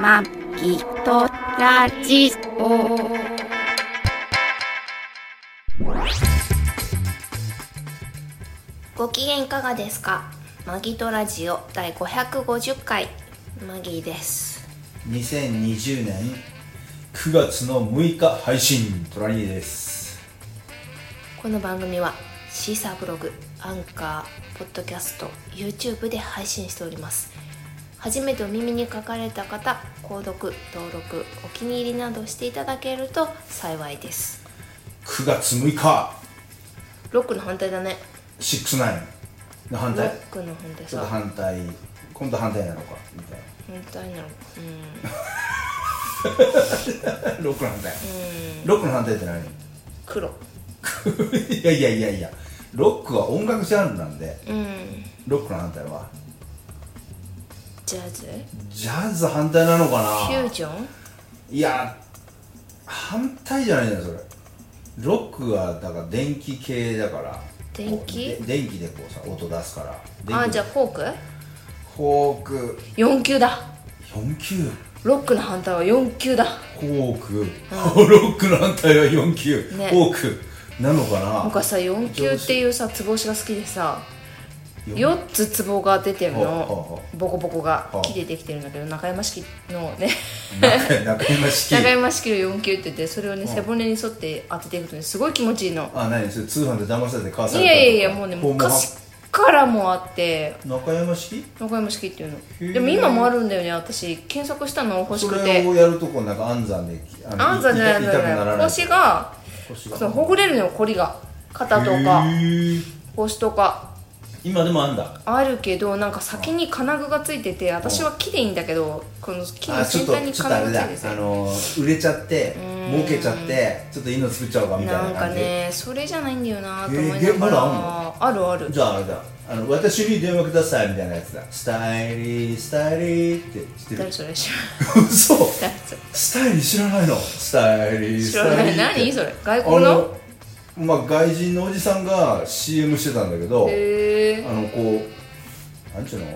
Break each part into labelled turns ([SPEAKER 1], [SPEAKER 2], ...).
[SPEAKER 1] まきとラジオ。
[SPEAKER 2] ご機嫌いかがですかマギトラジオ第550回マギーです
[SPEAKER 3] 2020年9月の6日配信トラニーです
[SPEAKER 2] この番組はシーサーブログアンカーポッドキャスト YouTube で配信しております初めてお耳に書かれた方購読登録お気に入りなどしていただけると幸いです
[SPEAKER 3] 9月6日
[SPEAKER 2] ロックの反対だね
[SPEAKER 3] 69の反
[SPEAKER 2] ロ
[SPEAKER 3] 対
[SPEAKER 2] ックの反対
[SPEAKER 3] ちょっ
[SPEAKER 2] さ
[SPEAKER 3] と反対今度反対なのかみたい
[SPEAKER 2] 反対なのうん
[SPEAKER 3] なロックの反対ロックの反対って
[SPEAKER 2] 黒
[SPEAKER 3] 何 いやいやいやいやロックは音楽ジャンルなんで
[SPEAKER 2] うん
[SPEAKER 3] ロックの反対は
[SPEAKER 2] ジャズ
[SPEAKER 3] ジャズ反対なのか
[SPEAKER 2] フュ
[SPEAKER 3] な
[SPEAKER 2] ージョン
[SPEAKER 3] いや反対じゃないじゃんそれロックはだから電気系だから
[SPEAKER 2] 電
[SPEAKER 3] こう
[SPEAKER 2] 気
[SPEAKER 3] で電気でこうさ音出すから電気
[SPEAKER 2] あじゃあフォーク
[SPEAKER 3] フォーク
[SPEAKER 2] 4級だ
[SPEAKER 3] 4級
[SPEAKER 2] ロックの反対は4級だ
[SPEAKER 3] フォーク、ロックの反対は4級、
[SPEAKER 2] ね
[SPEAKER 3] フォークなのかな
[SPEAKER 2] 僕はさ4級っていうさつぼ押しが好きでさ4つつぼが出てる
[SPEAKER 3] ほうほう
[SPEAKER 2] の
[SPEAKER 3] ほ
[SPEAKER 2] ボコボコが
[SPEAKER 3] ほう
[SPEAKER 2] 木でできてるんだけど中山式のね
[SPEAKER 3] 中中山 式
[SPEAKER 2] 中山式の4級って言ってそれをね背骨に沿って当てていくとねすごい気持ちいいの
[SPEAKER 3] あ何それ通販で騙されて買わ
[SPEAKER 2] い
[SPEAKER 3] さ
[SPEAKER 2] や
[SPEAKER 3] れ
[SPEAKER 2] い
[SPEAKER 3] たとか
[SPEAKER 2] やいやもうね
[SPEAKER 3] 訪問販
[SPEAKER 2] 昔からもあって
[SPEAKER 3] 中山式
[SPEAKER 2] 中山式っていうの
[SPEAKER 3] ー
[SPEAKER 2] でも今もあるんだよね私検索したの欲し
[SPEAKER 3] そ
[SPEAKER 2] く
[SPEAKER 3] れ
[SPEAKER 2] て
[SPEAKER 3] をやるとこなんか安産であの
[SPEAKER 2] あんたじゃないん
[SPEAKER 3] 痛くなら
[SPEAKER 2] だよ
[SPEAKER 3] ない
[SPEAKER 2] 腰が
[SPEAKER 3] 腰
[SPEAKER 2] そうほぐれるのよこりが肩とか
[SPEAKER 3] へー
[SPEAKER 2] 腰とか
[SPEAKER 3] 今でもあんだ
[SPEAKER 2] あるけどなんか先に金具がついてて私は木でいいんだけどこの木の
[SPEAKER 3] あちょ
[SPEAKER 2] 先
[SPEAKER 3] っと
[SPEAKER 2] 端に
[SPEAKER 3] ちょっとあ
[SPEAKER 2] 金具
[SPEAKER 3] れ
[SPEAKER 2] つい
[SPEAKER 3] だ
[SPEAKER 2] てて
[SPEAKER 3] あの売れちゃって儲けちゃってちょっといいの作っちゃおうかみたい
[SPEAKER 2] な
[SPEAKER 3] なん
[SPEAKER 2] か
[SPEAKER 3] 感じ
[SPEAKER 2] ねそれじゃないんだよなと
[SPEAKER 3] えー
[SPEAKER 2] 思いながら、
[SPEAKER 3] ま
[SPEAKER 2] あるある
[SPEAKER 3] じゃああれだあの私に電話くださいみたいなやつだスタイリースタイリーって知って
[SPEAKER 2] 誰
[SPEAKER 3] る
[SPEAKER 2] それ知
[SPEAKER 3] 嘘
[SPEAKER 2] らない誰それ
[SPEAKER 3] スタイリー知らないのスタイリース
[SPEAKER 2] 知ら
[SPEAKER 3] タ
[SPEAKER 2] な
[SPEAKER 3] イ
[SPEAKER 2] い
[SPEAKER 3] リ
[SPEAKER 2] 何
[SPEAKER 3] ーって
[SPEAKER 2] それ外国の
[SPEAKER 3] あのまあ外人のおじさんが CM してたんだけど
[SPEAKER 2] へえ
[SPEAKER 3] あのこうなんちゅうの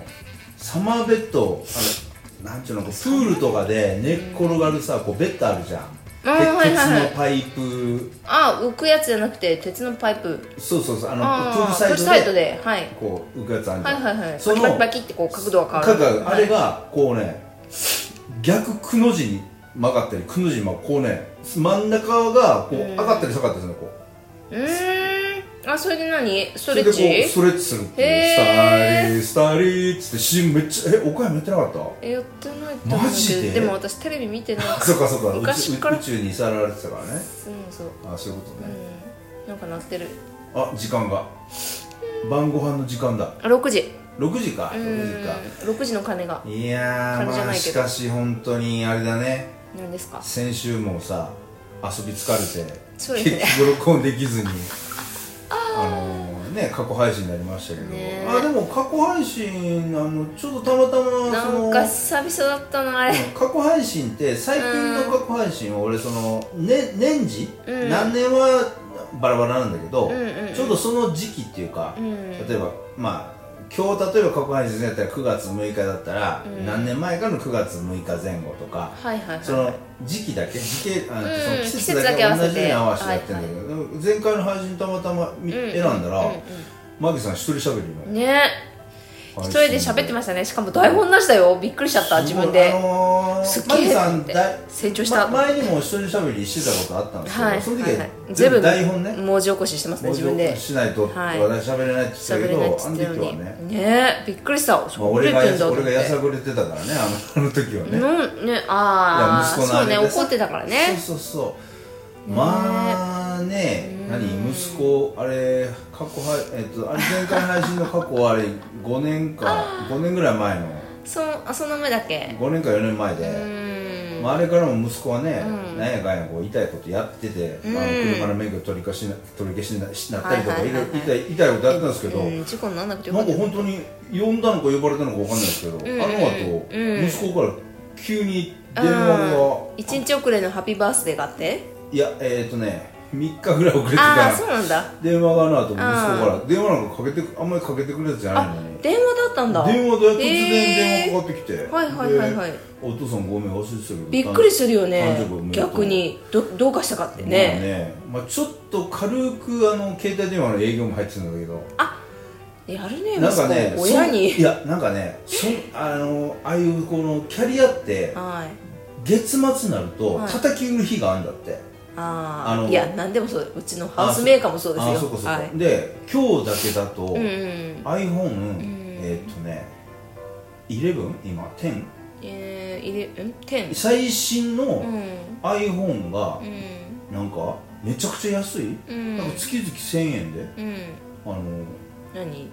[SPEAKER 3] サマーベッドあのなんちゅうのこうプールとかで寝っ転がるさこうベッドあるじゃん
[SPEAKER 2] あーはいはいはい
[SPEAKER 3] 鉄のパイプ
[SPEAKER 2] あ浮くやつじゃなくて鉄のパイプ
[SPEAKER 3] そうそうそうあの
[SPEAKER 2] あ
[SPEAKER 3] プール
[SPEAKER 2] あプールサ
[SPEAKER 3] サイ
[SPEAKER 2] イ
[SPEAKER 3] ド
[SPEAKER 2] ド
[SPEAKER 3] で
[SPEAKER 2] ではい
[SPEAKER 3] こう浮くやつあるじ
[SPEAKER 2] はい
[SPEAKER 3] ゃん
[SPEAKER 2] はいはい
[SPEAKER 3] その
[SPEAKER 2] バキバキバキってこう角度が
[SPEAKER 3] か
[SPEAKER 2] 変わる
[SPEAKER 3] かあれがこうね逆くの字に曲がったりくの字に曲がこうね真ん中がこう上がったり下がったりするのこう
[SPEAKER 2] うーんあそれで何スト
[SPEAKER 3] そ
[SPEAKER 2] レ
[SPEAKER 3] れ
[SPEAKER 2] ッ
[SPEAKER 3] でこうス
[SPEAKER 2] チ
[SPEAKER 3] トレッチするっていうス
[SPEAKER 2] へ
[SPEAKER 3] タイリースタイリーっつって CM めっちゃえ岡山やってなかった
[SPEAKER 2] えやってないと思う
[SPEAKER 3] マ
[SPEAKER 2] け
[SPEAKER 3] ジ
[SPEAKER 2] ど
[SPEAKER 3] で
[SPEAKER 2] でも私テレビ見てない
[SPEAKER 3] あ そっかそっか
[SPEAKER 2] 昔から
[SPEAKER 3] 宇宙宇宙にさらわれてたからね
[SPEAKER 2] うんそう
[SPEAKER 3] あそういうことね、
[SPEAKER 2] うんなんか鳴ってる
[SPEAKER 3] あ時間が晩ご飯の時間だ
[SPEAKER 2] あ6時
[SPEAKER 3] 6時か
[SPEAKER 2] う
[SPEAKER 3] 6時
[SPEAKER 2] ー
[SPEAKER 3] か
[SPEAKER 2] ん6時の鐘が
[SPEAKER 3] いやー
[SPEAKER 2] 感じじゃ
[SPEAKER 3] ま
[SPEAKER 2] な
[SPEAKER 3] あ
[SPEAKER 2] いけ
[SPEAKER 3] し
[SPEAKER 2] ど
[SPEAKER 3] かし本当にあれだね
[SPEAKER 2] 何ですか
[SPEAKER 3] 先週もさ遊び疲れて
[SPEAKER 2] そうですね
[SPEAKER 3] 結局録音で きずにあのーね過去配信になりましたけど、
[SPEAKER 2] ね
[SPEAKER 3] あでも過去配信あのちょっとたまたまそ
[SPEAKER 2] なん
[SPEAKER 3] の
[SPEAKER 2] か久々だったなあれ
[SPEAKER 3] 過去配信って最近の過去配信は俺その、ね、年次、
[SPEAKER 2] うん
[SPEAKER 3] 何年はバラバラなんだけど、
[SPEAKER 2] うんうんうん
[SPEAKER 3] ちょうどその時期っていうか、
[SPEAKER 2] うん
[SPEAKER 3] 例えばまあ今日例えば過去配信だったら9月6日だったら、
[SPEAKER 2] うん
[SPEAKER 3] 何年前かの9月6日前後とか、
[SPEAKER 2] はいはい
[SPEAKER 3] そ
[SPEAKER 2] は
[SPEAKER 3] の時期だけ時系あの、
[SPEAKER 2] うん
[SPEAKER 3] その季節
[SPEAKER 2] 季節だ
[SPEAKER 3] だ
[SPEAKER 2] け
[SPEAKER 3] け
[SPEAKER 2] 合わせて
[SPEAKER 3] 同じように合わせてやってんだけど、でも前回の配信たまたま見、
[SPEAKER 2] いうん
[SPEAKER 3] 選んだら、
[SPEAKER 2] う
[SPEAKER 3] マギさん一人喋りの
[SPEAKER 2] うんね一人で喋ってましたねしかも台本なしだよびっくりしちゃった自分
[SPEAKER 3] あ
[SPEAKER 2] で
[SPEAKER 3] のー、
[SPEAKER 2] すっ
[SPEAKER 3] マ
[SPEAKER 2] げ
[SPEAKER 3] ギ
[SPEAKER 2] え
[SPEAKER 3] さ
[SPEAKER 2] と思っ
[SPEAKER 3] ん
[SPEAKER 2] て
[SPEAKER 3] だい
[SPEAKER 2] 成長した
[SPEAKER 3] ま前にも一人喋りしてたことあったんですけど、
[SPEAKER 2] はい
[SPEAKER 3] その時
[SPEAKER 2] は
[SPEAKER 3] はい
[SPEAKER 2] はい
[SPEAKER 3] 全部
[SPEAKER 2] 全部
[SPEAKER 3] 台本ね、
[SPEAKER 2] 文字起こししてますね自分
[SPEAKER 3] 文
[SPEAKER 2] で
[SPEAKER 3] 字起こししないと
[SPEAKER 2] はい
[SPEAKER 3] 私喋れないって言って
[SPEAKER 2] 喋
[SPEAKER 3] たけ
[SPEAKER 2] れ
[SPEAKER 3] ど、
[SPEAKER 2] ないっ
[SPEAKER 3] あ
[SPEAKER 2] つっ
[SPEAKER 3] の
[SPEAKER 2] て
[SPEAKER 3] 時
[SPEAKER 2] たの
[SPEAKER 3] は
[SPEAKER 2] に
[SPEAKER 3] ね、
[SPEAKER 2] ねびっくりした
[SPEAKER 3] まあ、俺が
[SPEAKER 2] 遅れてんだと思
[SPEAKER 3] 俺
[SPEAKER 2] って
[SPEAKER 3] がやさぐれてたからねあの あの時はね、
[SPEAKER 2] うんねああ
[SPEAKER 3] いや息子の
[SPEAKER 2] そう
[SPEAKER 3] あれ
[SPEAKER 2] ね
[SPEAKER 3] でさ
[SPEAKER 2] 怒ってたからね
[SPEAKER 3] そうそうそうまあね何息子あれ過去配えっとあれ前回配信の過去あれ5年か5年ぐらい前の
[SPEAKER 2] そうあその前だっけ
[SPEAKER 3] 5年か4年前
[SPEAKER 2] う
[SPEAKER 3] で、
[SPEAKER 2] ーん
[SPEAKER 3] まあ、あれからも息子はね、
[SPEAKER 2] うん
[SPEAKER 3] なんやかんやこう痛いことやってて、あの
[SPEAKER 2] うん
[SPEAKER 3] 車の免許取り消しな取り消しなしなったりと
[SPEAKER 2] は
[SPEAKER 3] か
[SPEAKER 2] いはい
[SPEAKER 3] い
[SPEAKER 2] は
[SPEAKER 3] ろ
[SPEAKER 2] い
[SPEAKER 3] い
[SPEAKER 2] はい
[SPEAKER 3] ろ痛い痛いことやってたんですけど、
[SPEAKER 2] うん事故にならなくてよか
[SPEAKER 3] な
[SPEAKER 2] っ
[SPEAKER 3] ん
[SPEAKER 2] た
[SPEAKER 3] か
[SPEAKER 2] よ
[SPEAKER 3] 本当に呼んだのか呼ばれたのかわかんないですけ
[SPEAKER 2] ん
[SPEAKER 3] ど、あの後、
[SPEAKER 2] うん
[SPEAKER 3] 息子から急に電話が
[SPEAKER 2] うん、一日遅れのハッピーバースデーがあって
[SPEAKER 3] いやえっ、ー、とね3日ぐらい遅れてた
[SPEAKER 2] ああ
[SPEAKER 3] ら
[SPEAKER 2] そうなんだ
[SPEAKER 3] 電話があの後息子から電話なんかかけてくあんまりかけてくるやつじゃない
[SPEAKER 2] あ
[SPEAKER 3] のに
[SPEAKER 2] 電話だったんだ
[SPEAKER 3] 電話で突然
[SPEAKER 2] へー
[SPEAKER 3] 電話かかってきて、
[SPEAKER 2] はいはいはいはい
[SPEAKER 3] でお父さんごめん忘れてたけど
[SPEAKER 2] びっくりするよね
[SPEAKER 3] 誕生日おめでとう
[SPEAKER 2] 逆にどどうかしたかって
[SPEAKER 3] まあ
[SPEAKER 2] ね,、
[SPEAKER 3] ねまあ、ちょっと軽くあの携帯電話の営業も入ってたんだけど
[SPEAKER 2] やるね息
[SPEAKER 3] なん
[SPEAKER 2] 子
[SPEAKER 3] かね
[SPEAKER 2] 親
[SPEAKER 3] そんい
[SPEAKER 2] に
[SPEAKER 3] やなんかねそんあのああいうこのキャリアって
[SPEAKER 2] はい
[SPEAKER 3] 月末になると
[SPEAKER 2] はい
[SPEAKER 3] 叩き売る日があるんだって、あ
[SPEAKER 2] ああ
[SPEAKER 3] の
[SPEAKER 2] いや何でもそううちのハウスメーカーもそうです
[SPEAKER 3] あ
[SPEAKER 2] よ
[SPEAKER 3] あそうかそうか、
[SPEAKER 2] はい、
[SPEAKER 3] で今日だけだと、
[SPEAKER 2] うんうん、
[SPEAKER 3] iPhone、
[SPEAKER 2] ん
[SPEAKER 3] えーっとね 11? 今 10?
[SPEAKER 2] えー、入れうん天
[SPEAKER 3] 最新の
[SPEAKER 2] うん
[SPEAKER 3] iPhone が
[SPEAKER 2] うん
[SPEAKER 3] なんかめちゃくちゃ安い、
[SPEAKER 2] うん
[SPEAKER 3] なんか月々1000円で
[SPEAKER 2] うん
[SPEAKER 3] あの
[SPEAKER 2] 何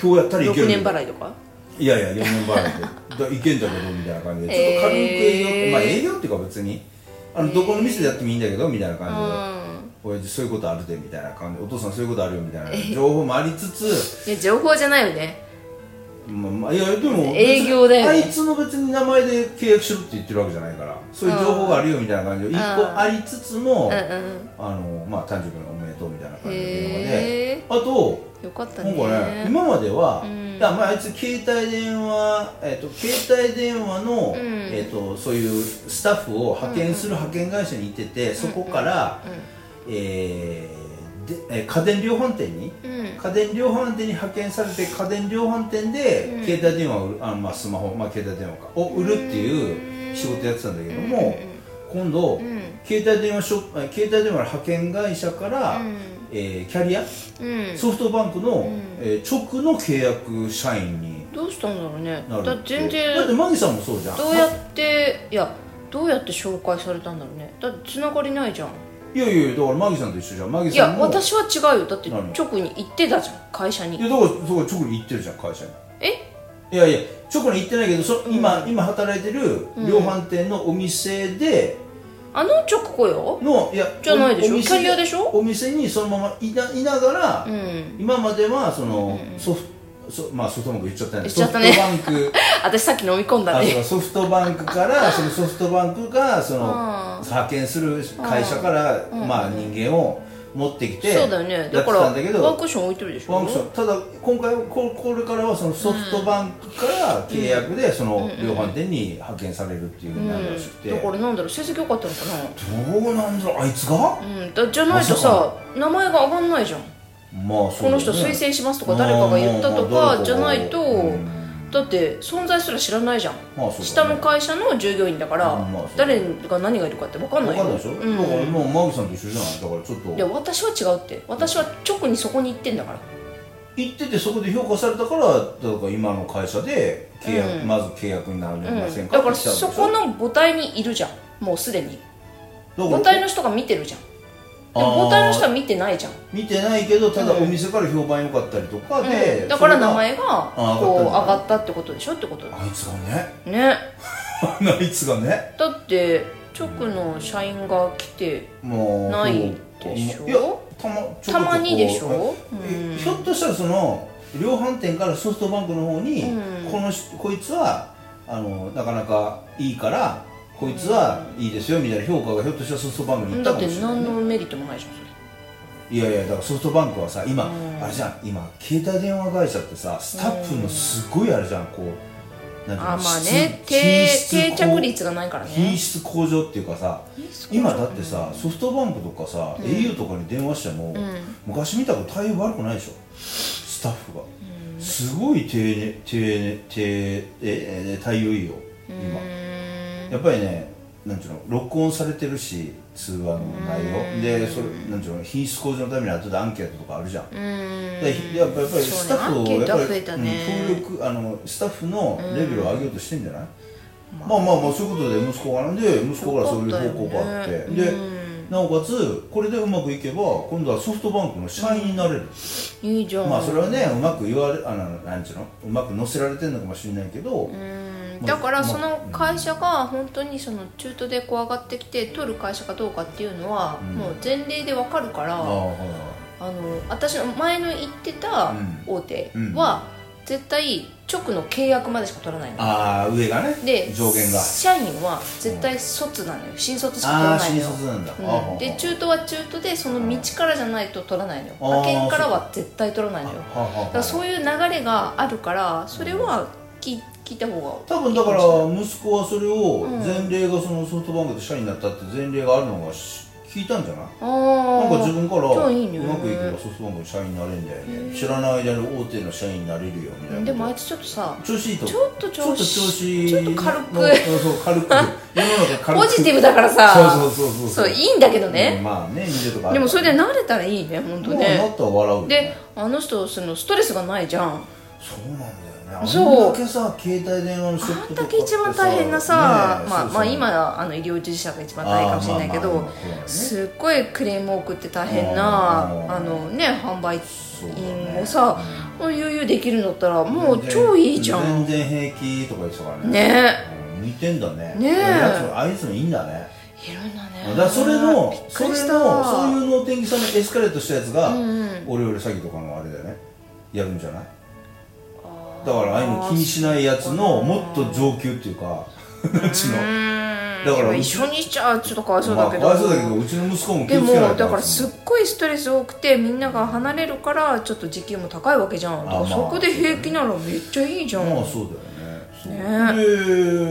[SPEAKER 3] 今日やったらいけ
[SPEAKER 2] 6
[SPEAKER 3] る
[SPEAKER 2] 年払いとか
[SPEAKER 3] いやいや4年払いでだいけんだけどみたいな感じでちょっと軽く営業って、
[SPEAKER 2] へー
[SPEAKER 3] まあ営業っていうか別にあのどこの店でやってもいいんだけどみたいな
[SPEAKER 2] う
[SPEAKER 3] 感じ
[SPEAKER 2] ん
[SPEAKER 3] で親父そういうことあるでみたいな感じお父さんそういうことあるよみたいな情報もありつつ
[SPEAKER 2] いや情報じゃないよね
[SPEAKER 3] まあまあ、いやでも
[SPEAKER 2] 営業だよね
[SPEAKER 3] 別にあいつの別に名前で契約しろって言ってるわけじゃないからそういう情報があるよみたいな感じで一個ありつつも
[SPEAKER 2] うん
[SPEAKER 3] あ
[SPEAKER 2] うん
[SPEAKER 3] のまあ誕生日おめでとうみたいな感じの電話で
[SPEAKER 2] へえ
[SPEAKER 3] あと
[SPEAKER 2] よかった
[SPEAKER 3] なん
[SPEAKER 2] ね
[SPEAKER 3] かね今までは、
[SPEAKER 2] うん
[SPEAKER 3] いやまあ、あいつ携帯電話、えっと携帯電話の、
[SPEAKER 2] ん
[SPEAKER 3] えっとそういうスタッフを派遣する派遣会社に行ってて、そこから、えーでえー家電量販店に
[SPEAKER 2] うんうん
[SPEAKER 3] 家電量販店に派遣されて家電量販店で
[SPEAKER 2] うん
[SPEAKER 3] 携帯電話を売るあまあ、スマホ、まあ、携帯電話かを売るっていう仕事やってたんだけども、今度、
[SPEAKER 2] うん
[SPEAKER 3] 携帯電話ショップ携帯電話の派遣会社から、えーキャリア
[SPEAKER 2] うんうん
[SPEAKER 3] ソフトバンクの、
[SPEAKER 2] ん
[SPEAKER 3] えー直の契約社員に
[SPEAKER 2] どうしたんだろうね
[SPEAKER 3] なる
[SPEAKER 2] だ
[SPEAKER 3] っ
[SPEAKER 2] ってて全
[SPEAKER 3] だって
[SPEAKER 2] 然
[SPEAKER 3] マギさんもそうじゃん
[SPEAKER 2] どうやっていやどうやって紹介されたんだろうねだってつながりないじゃん
[SPEAKER 3] いやいやいやだからマギさんと一緒じゃんマギ
[SPEAKER 2] い
[SPEAKER 3] さん
[SPEAKER 2] や
[SPEAKER 3] も
[SPEAKER 2] 私は違うよだって
[SPEAKER 3] 何
[SPEAKER 2] 直に行ってたじゃん会社
[SPEAKER 3] い
[SPEAKER 2] に
[SPEAKER 3] やだからそこ直に行ってるじゃん会社に
[SPEAKER 2] え
[SPEAKER 3] いやいや直に行ってないけどそ、
[SPEAKER 2] ん
[SPEAKER 3] 今今働いてる量販店のお店で
[SPEAKER 2] あの直子よ
[SPEAKER 3] の、いや
[SPEAKER 2] じゃないでしょ
[SPEAKER 3] お店
[SPEAKER 2] キャリアでしょ
[SPEAKER 3] お店にそのままいないながら、
[SPEAKER 2] うん
[SPEAKER 3] 今まではその、ソフトまあソフトバンク言っちゃったね
[SPEAKER 2] 言っちゃったね
[SPEAKER 3] ソフトバン ク
[SPEAKER 2] 私さっき飲み込んだ
[SPEAKER 3] あ
[SPEAKER 2] ね
[SPEAKER 3] そうソフトバンクからそのソフトバンクがその
[SPEAKER 2] あー
[SPEAKER 3] 派遣する会社から、まあ、人間を持ってきて
[SPEAKER 2] そうだよ
[SPEAKER 3] やっ
[SPEAKER 2] ね
[SPEAKER 3] て
[SPEAKER 2] だから
[SPEAKER 3] たんだけど
[SPEAKER 2] ワンクッション置いてるでしょ
[SPEAKER 3] ワンクションただ今回はここれからはそのソフトバンクから契約でその量販店に派遣されるっていうふうになるらしくて、
[SPEAKER 2] うん、だからなんだろう成績良かったのかな
[SPEAKER 3] どうなんだろうあいつが、
[SPEAKER 2] うんだじゃないとさ名前が上がんないじゃん
[SPEAKER 3] まあそう
[SPEAKER 2] こ
[SPEAKER 3] だ
[SPEAKER 2] の
[SPEAKER 3] ね
[SPEAKER 2] 人推薦しますとか誰かが言ったと
[SPEAKER 3] まあまあまあ
[SPEAKER 2] か
[SPEAKER 3] 誰が
[SPEAKER 2] じゃないと
[SPEAKER 3] うん
[SPEAKER 2] だって存在すら知らないじゃん
[SPEAKER 3] まあそうだね
[SPEAKER 2] 下の会社の従業員だから
[SPEAKER 3] うんまあそう
[SPEAKER 2] 誰が何がいるかって分かんな
[SPEAKER 3] わ
[SPEAKER 2] い
[SPEAKER 3] か
[SPEAKER 2] よ
[SPEAKER 3] んないでしょ、
[SPEAKER 2] うん
[SPEAKER 3] だからもうマギさんと一緒じゃないだからちょっ
[SPEAKER 2] いや
[SPEAKER 3] と
[SPEAKER 2] 私は違うって私は直にそこに行ってんだから
[SPEAKER 3] 行っててそこで評価されたからだから今の会社で契約、
[SPEAKER 2] うん
[SPEAKER 3] まず契約になりませんか、
[SPEAKER 2] だから
[SPEAKER 3] って来たんでし
[SPEAKER 2] そ
[SPEAKER 3] ょ
[SPEAKER 2] この母体にいるじゃんもうすでに
[SPEAKER 3] だから
[SPEAKER 2] 母体の人が見てるじゃんでも
[SPEAKER 3] あー
[SPEAKER 2] 母体の人は見てないじゃん
[SPEAKER 3] 見てないけどただ
[SPEAKER 2] うん
[SPEAKER 3] お店から評判良かったりとかで、
[SPEAKER 2] うんだから
[SPEAKER 3] それが
[SPEAKER 2] 名前が
[SPEAKER 3] あ
[SPEAKER 2] こう
[SPEAKER 3] 上
[SPEAKER 2] 上
[SPEAKER 3] がったんだ
[SPEAKER 2] がったってことでしょってこと
[SPEAKER 3] あいつがね
[SPEAKER 2] ね
[SPEAKER 3] あいつがね
[SPEAKER 2] だって直の社員が来て
[SPEAKER 3] もう
[SPEAKER 2] ないでしょ
[SPEAKER 3] いやたまちょこちょこ
[SPEAKER 2] たまにでしょ
[SPEAKER 3] えひょっとしたらその量販店からソフトバンクの方に、
[SPEAKER 2] うん
[SPEAKER 3] この人こいつはあのなかなかいいからこいつはいいですよみたいな評価がひょっとしたらソフトバンクに行った
[SPEAKER 2] だっ
[SPEAKER 3] かも
[SPEAKER 2] て
[SPEAKER 3] しれない
[SPEAKER 2] 何
[SPEAKER 3] ね、
[SPEAKER 2] のメリットもないじゃんそれ
[SPEAKER 3] いやいやだからソフトバンクはさ今、
[SPEAKER 2] うん
[SPEAKER 3] あれじゃん今携帯電話会社ってさスタッフのすごいあれじゃんこうなんていうの
[SPEAKER 2] あまあね
[SPEAKER 3] 質
[SPEAKER 2] 定
[SPEAKER 3] 品質
[SPEAKER 2] 定
[SPEAKER 3] こ
[SPEAKER 2] 着
[SPEAKER 3] う
[SPEAKER 2] 率がないから
[SPEAKER 3] 品
[SPEAKER 2] ね
[SPEAKER 3] 質向上っていうかさ今だってさソフトバンクとかさ、au とかに電話しても、昔見たこと対応悪くないでしょスタッフが、すごい丁寧丁寧丁寧えー対応いいよ今、やっぱりねなんていうの録音されてるし通話の内容でそれなんていうの品質向上のために後でアンケートとかあるじゃん、でやっぱやっぱりスタッフを
[SPEAKER 2] そうねアンケート
[SPEAKER 3] やっ
[SPEAKER 2] は
[SPEAKER 3] ぱ
[SPEAKER 2] 増
[SPEAKER 3] り
[SPEAKER 2] えたね
[SPEAKER 3] うん協力あのスタッフのレベルを上げようとしてんじゃない、まあまあまあそういうことで息子がなんで息子からそういう報告があって、
[SPEAKER 2] よかったよね
[SPEAKER 3] で
[SPEAKER 2] う
[SPEAKER 3] なおかつこれでうまくいけば今度はソフトバンクの社員になれる、
[SPEAKER 2] いいじゃん
[SPEAKER 3] まあそれはねうまく言われあのなんちゅうのうまく載せられてるのかもしれないけど、
[SPEAKER 2] うんだからその会社が本当にその中途でこう上がってきて取る会社かどうかっていうのは
[SPEAKER 3] うん
[SPEAKER 2] もう前例でわかるから、
[SPEAKER 3] ああはいはい
[SPEAKER 2] あの私の前の行ってた
[SPEAKER 3] うん
[SPEAKER 2] 大手は絶対直の契約までしか取らないの
[SPEAKER 3] ああ上がね
[SPEAKER 2] で
[SPEAKER 3] 上限が
[SPEAKER 2] 社員は絶対卒なのよ新卒しか取
[SPEAKER 3] ああ
[SPEAKER 2] ら
[SPEAKER 3] ー
[SPEAKER 2] ない
[SPEAKER 3] 新
[SPEAKER 2] のよ
[SPEAKER 3] 卒なんだ、あ
[SPEAKER 2] う
[SPEAKER 3] ーほ
[SPEAKER 2] ん、
[SPEAKER 3] う
[SPEAKER 2] で
[SPEAKER 3] ほう
[SPEAKER 2] 中途は中途でその道からじゃないと取らないのよ
[SPEAKER 3] あー
[SPEAKER 2] 派遣からは絶対取らないのよ
[SPEAKER 3] あはあはあ
[SPEAKER 2] だからそういう流れがあるからそれは聞い聞いた方が
[SPEAKER 3] 多分だから息子はそれを
[SPEAKER 2] ん
[SPEAKER 3] 前例がそのソフトバンクで社員になったって前例があるのがし聞いたんじゃない
[SPEAKER 2] あ
[SPEAKER 3] なんか自
[SPEAKER 2] ー
[SPEAKER 3] 分からう
[SPEAKER 2] じゃ
[SPEAKER 3] ま
[SPEAKER 2] あ
[SPEAKER 3] く
[SPEAKER 2] いいね
[SPEAKER 3] いけばソフトバンクの社員になれんだよね知らない間に大手の社員になれるよみたいな
[SPEAKER 2] でもあい
[SPEAKER 3] つ
[SPEAKER 2] つちょっとさ
[SPEAKER 3] 調子いいと
[SPEAKER 2] ちょっと調子
[SPEAKER 3] ち
[SPEAKER 2] ち
[SPEAKER 3] ょ
[SPEAKER 2] ょ
[SPEAKER 3] っ
[SPEAKER 2] っ
[SPEAKER 3] と
[SPEAKER 2] と
[SPEAKER 3] 調子
[SPEAKER 2] 軽く
[SPEAKER 3] のうんそう 軽く世の中軽く
[SPEAKER 2] ポジティブだからさ
[SPEAKER 3] そうそうそうそう
[SPEAKER 2] そういいんだけどね
[SPEAKER 3] うんまあね見るとかある
[SPEAKER 2] でもそれで慣れたらいいね本当
[SPEAKER 3] もうな
[SPEAKER 2] ね
[SPEAKER 3] ったら笑うよね
[SPEAKER 2] であの人そのストレスがないじゃん
[SPEAKER 3] そうなんだよねあ
[SPEAKER 2] そうん
[SPEAKER 3] だけさ携帯電話のショッ
[SPEAKER 2] あ
[SPEAKER 3] プ
[SPEAKER 2] んだ
[SPEAKER 3] とかっ
[SPEAKER 2] け
[SPEAKER 3] て
[SPEAKER 2] 一番大変なさ、
[SPEAKER 3] ねえ
[SPEAKER 2] ま
[SPEAKER 3] そ
[SPEAKER 2] あ
[SPEAKER 3] うそう
[SPEAKER 2] まあ今はあの医療従事者が一番大変かもしれないけど、
[SPEAKER 3] あーまあまあそうだね
[SPEAKER 2] すっごいクレームを送って大変
[SPEAKER 3] あー
[SPEAKER 2] なあのね販売
[SPEAKER 3] そうだ
[SPEAKER 2] 員
[SPEAKER 3] ね
[SPEAKER 2] もさ、もう余裕できるんだったらもう超いいじゃん
[SPEAKER 3] 全然全然平気とか言ってたからね
[SPEAKER 2] ね
[SPEAKER 3] うん向いてんだね
[SPEAKER 2] ねえ
[SPEAKER 3] やつあいつもいいんだね
[SPEAKER 2] いるんだね
[SPEAKER 3] だからそれの
[SPEAKER 2] びっ
[SPEAKER 3] そ
[SPEAKER 2] く
[SPEAKER 3] れ
[SPEAKER 2] り
[SPEAKER 3] の
[SPEAKER 2] した
[SPEAKER 3] そういうのを天気さんにエスカレートしたやつが、
[SPEAKER 2] うんうん
[SPEAKER 3] オレオレ詐欺とかのあれだよねやるんじゃない
[SPEAKER 2] あー
[SPEAKER 3] だからああいうの気にしないやつのもっと上級っていうか うちの
[SPEAKER 2] うーん
[SPEAKER 3] だか
[SPEAKER 2] で
[SPEAKER 3] ら
[SPEAKER 2] も一緒にしちゃうちょっとかわいそう
[SPEAKER 3] ま
[SPEAKER 2] だ
[SPEAKER 3] あ
[SPEAKER 2] け
[SPEAKER 3] か
[SPEAKER 2] ど、
[SPEAKER 3] わいそうだけどうちの息子も気
[SPEAKER 2] で
[SPEAKER 3] をつ
[SPEAKER 2] も
[SPEAKER 3] けないと
[SPEAKER 2] だからすっごいストレス多くてみんなが離れるからちょっと時給も高いわけじゃんだか
[SPEAKER 3] あ
[SPEAKER 2] ら
[SPEAKER 3] まあ
[SPEAKER 2] そこで平気ならめっちゃいいじゃん、
[SPEAKER 3] まあ
[SPEAKER 2] そ
[SPEAKER 3] そうだよ
[SPEAKER 2] ね
[SPEAKER 3] ねそ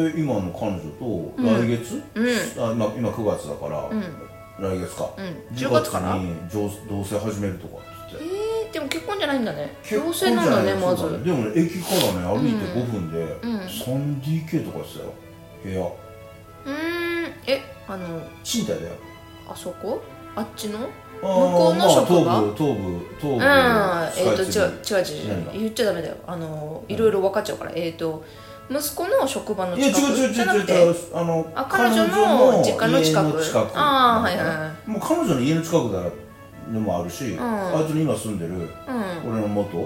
[SPEAKER 3] うで今の彼女と来月、
[SPEAKER 2] うんうん
[SPEAKER 3] あ今今9月だから、来月か、
[SPEAKER 2] うん10月かな
[SPEAKER 3] に同同棲始めるとかっつって
[SPEAKER 2] えーでも結婚じゃないんだね
[SPEAKER 3] 結
[SPEAKER 2] 同
[SPEAKER 3] 婚
[SPEAKER 2] 棲なんだ
[SPEAKER 3] じ
[SPEAKER 2] ね
[SPEAKER 3] ゃない
[SPEAKER 2] まず
[SPEAKER 3] そうだねでもね駅からね歩いて5分で、
[SPEAKER 2] ん
[SPEAKER 3] 3DK とかしてたよ部屋
[SPEAKER 2] うーんえあの
[SPEAKER 3] 賃貸だよ
[SPEAKER 2] あそこあっちの
[SPEAKER 3] 向
[SPEAKER 2] こうの職場
[SPEAKER 3] 東部東部東
[SPEAKER 2] うん
[SPEAKER 3] 部
[SPEAKER 2] えっと
[SPEAKER 3] スカイツリ
[SPEAKER 2] 違う違う違
[SPEAKER 3] ー何
[SPEAKER 2] う
[SPEAKER 3] が
[SPEAKER 2] 言っちゃダメだよあのいろいろ分かっちゃうからえっと息子の職場の
[SPEAKER 3] いや違
[SPEAKER 2] 近
[SPEAKER 3] う
[SPEAKER 2] く
[SPEAKER 3] 違う違
[SPEAKER 2] じゃな
[SPEAKER 3] う
[SPEAKER 2] く
[SPEAKER 3] 違う
[SPEAKER 2] て
[SPEAKER 3] あの
[SPEAKER 2] あ彼女の実家の近く
[SPEAKER 3] 家の近く
[SPEAKER 2] あーはいはいは
[SPEAKER 3] もう彼女の家の近くだのもあるし、
[SPEAKER 2] ん
[SPEAKER 3] あいつの今住んでる
[SPEAKER 2] うん
[SPEAKER 3] 俺の元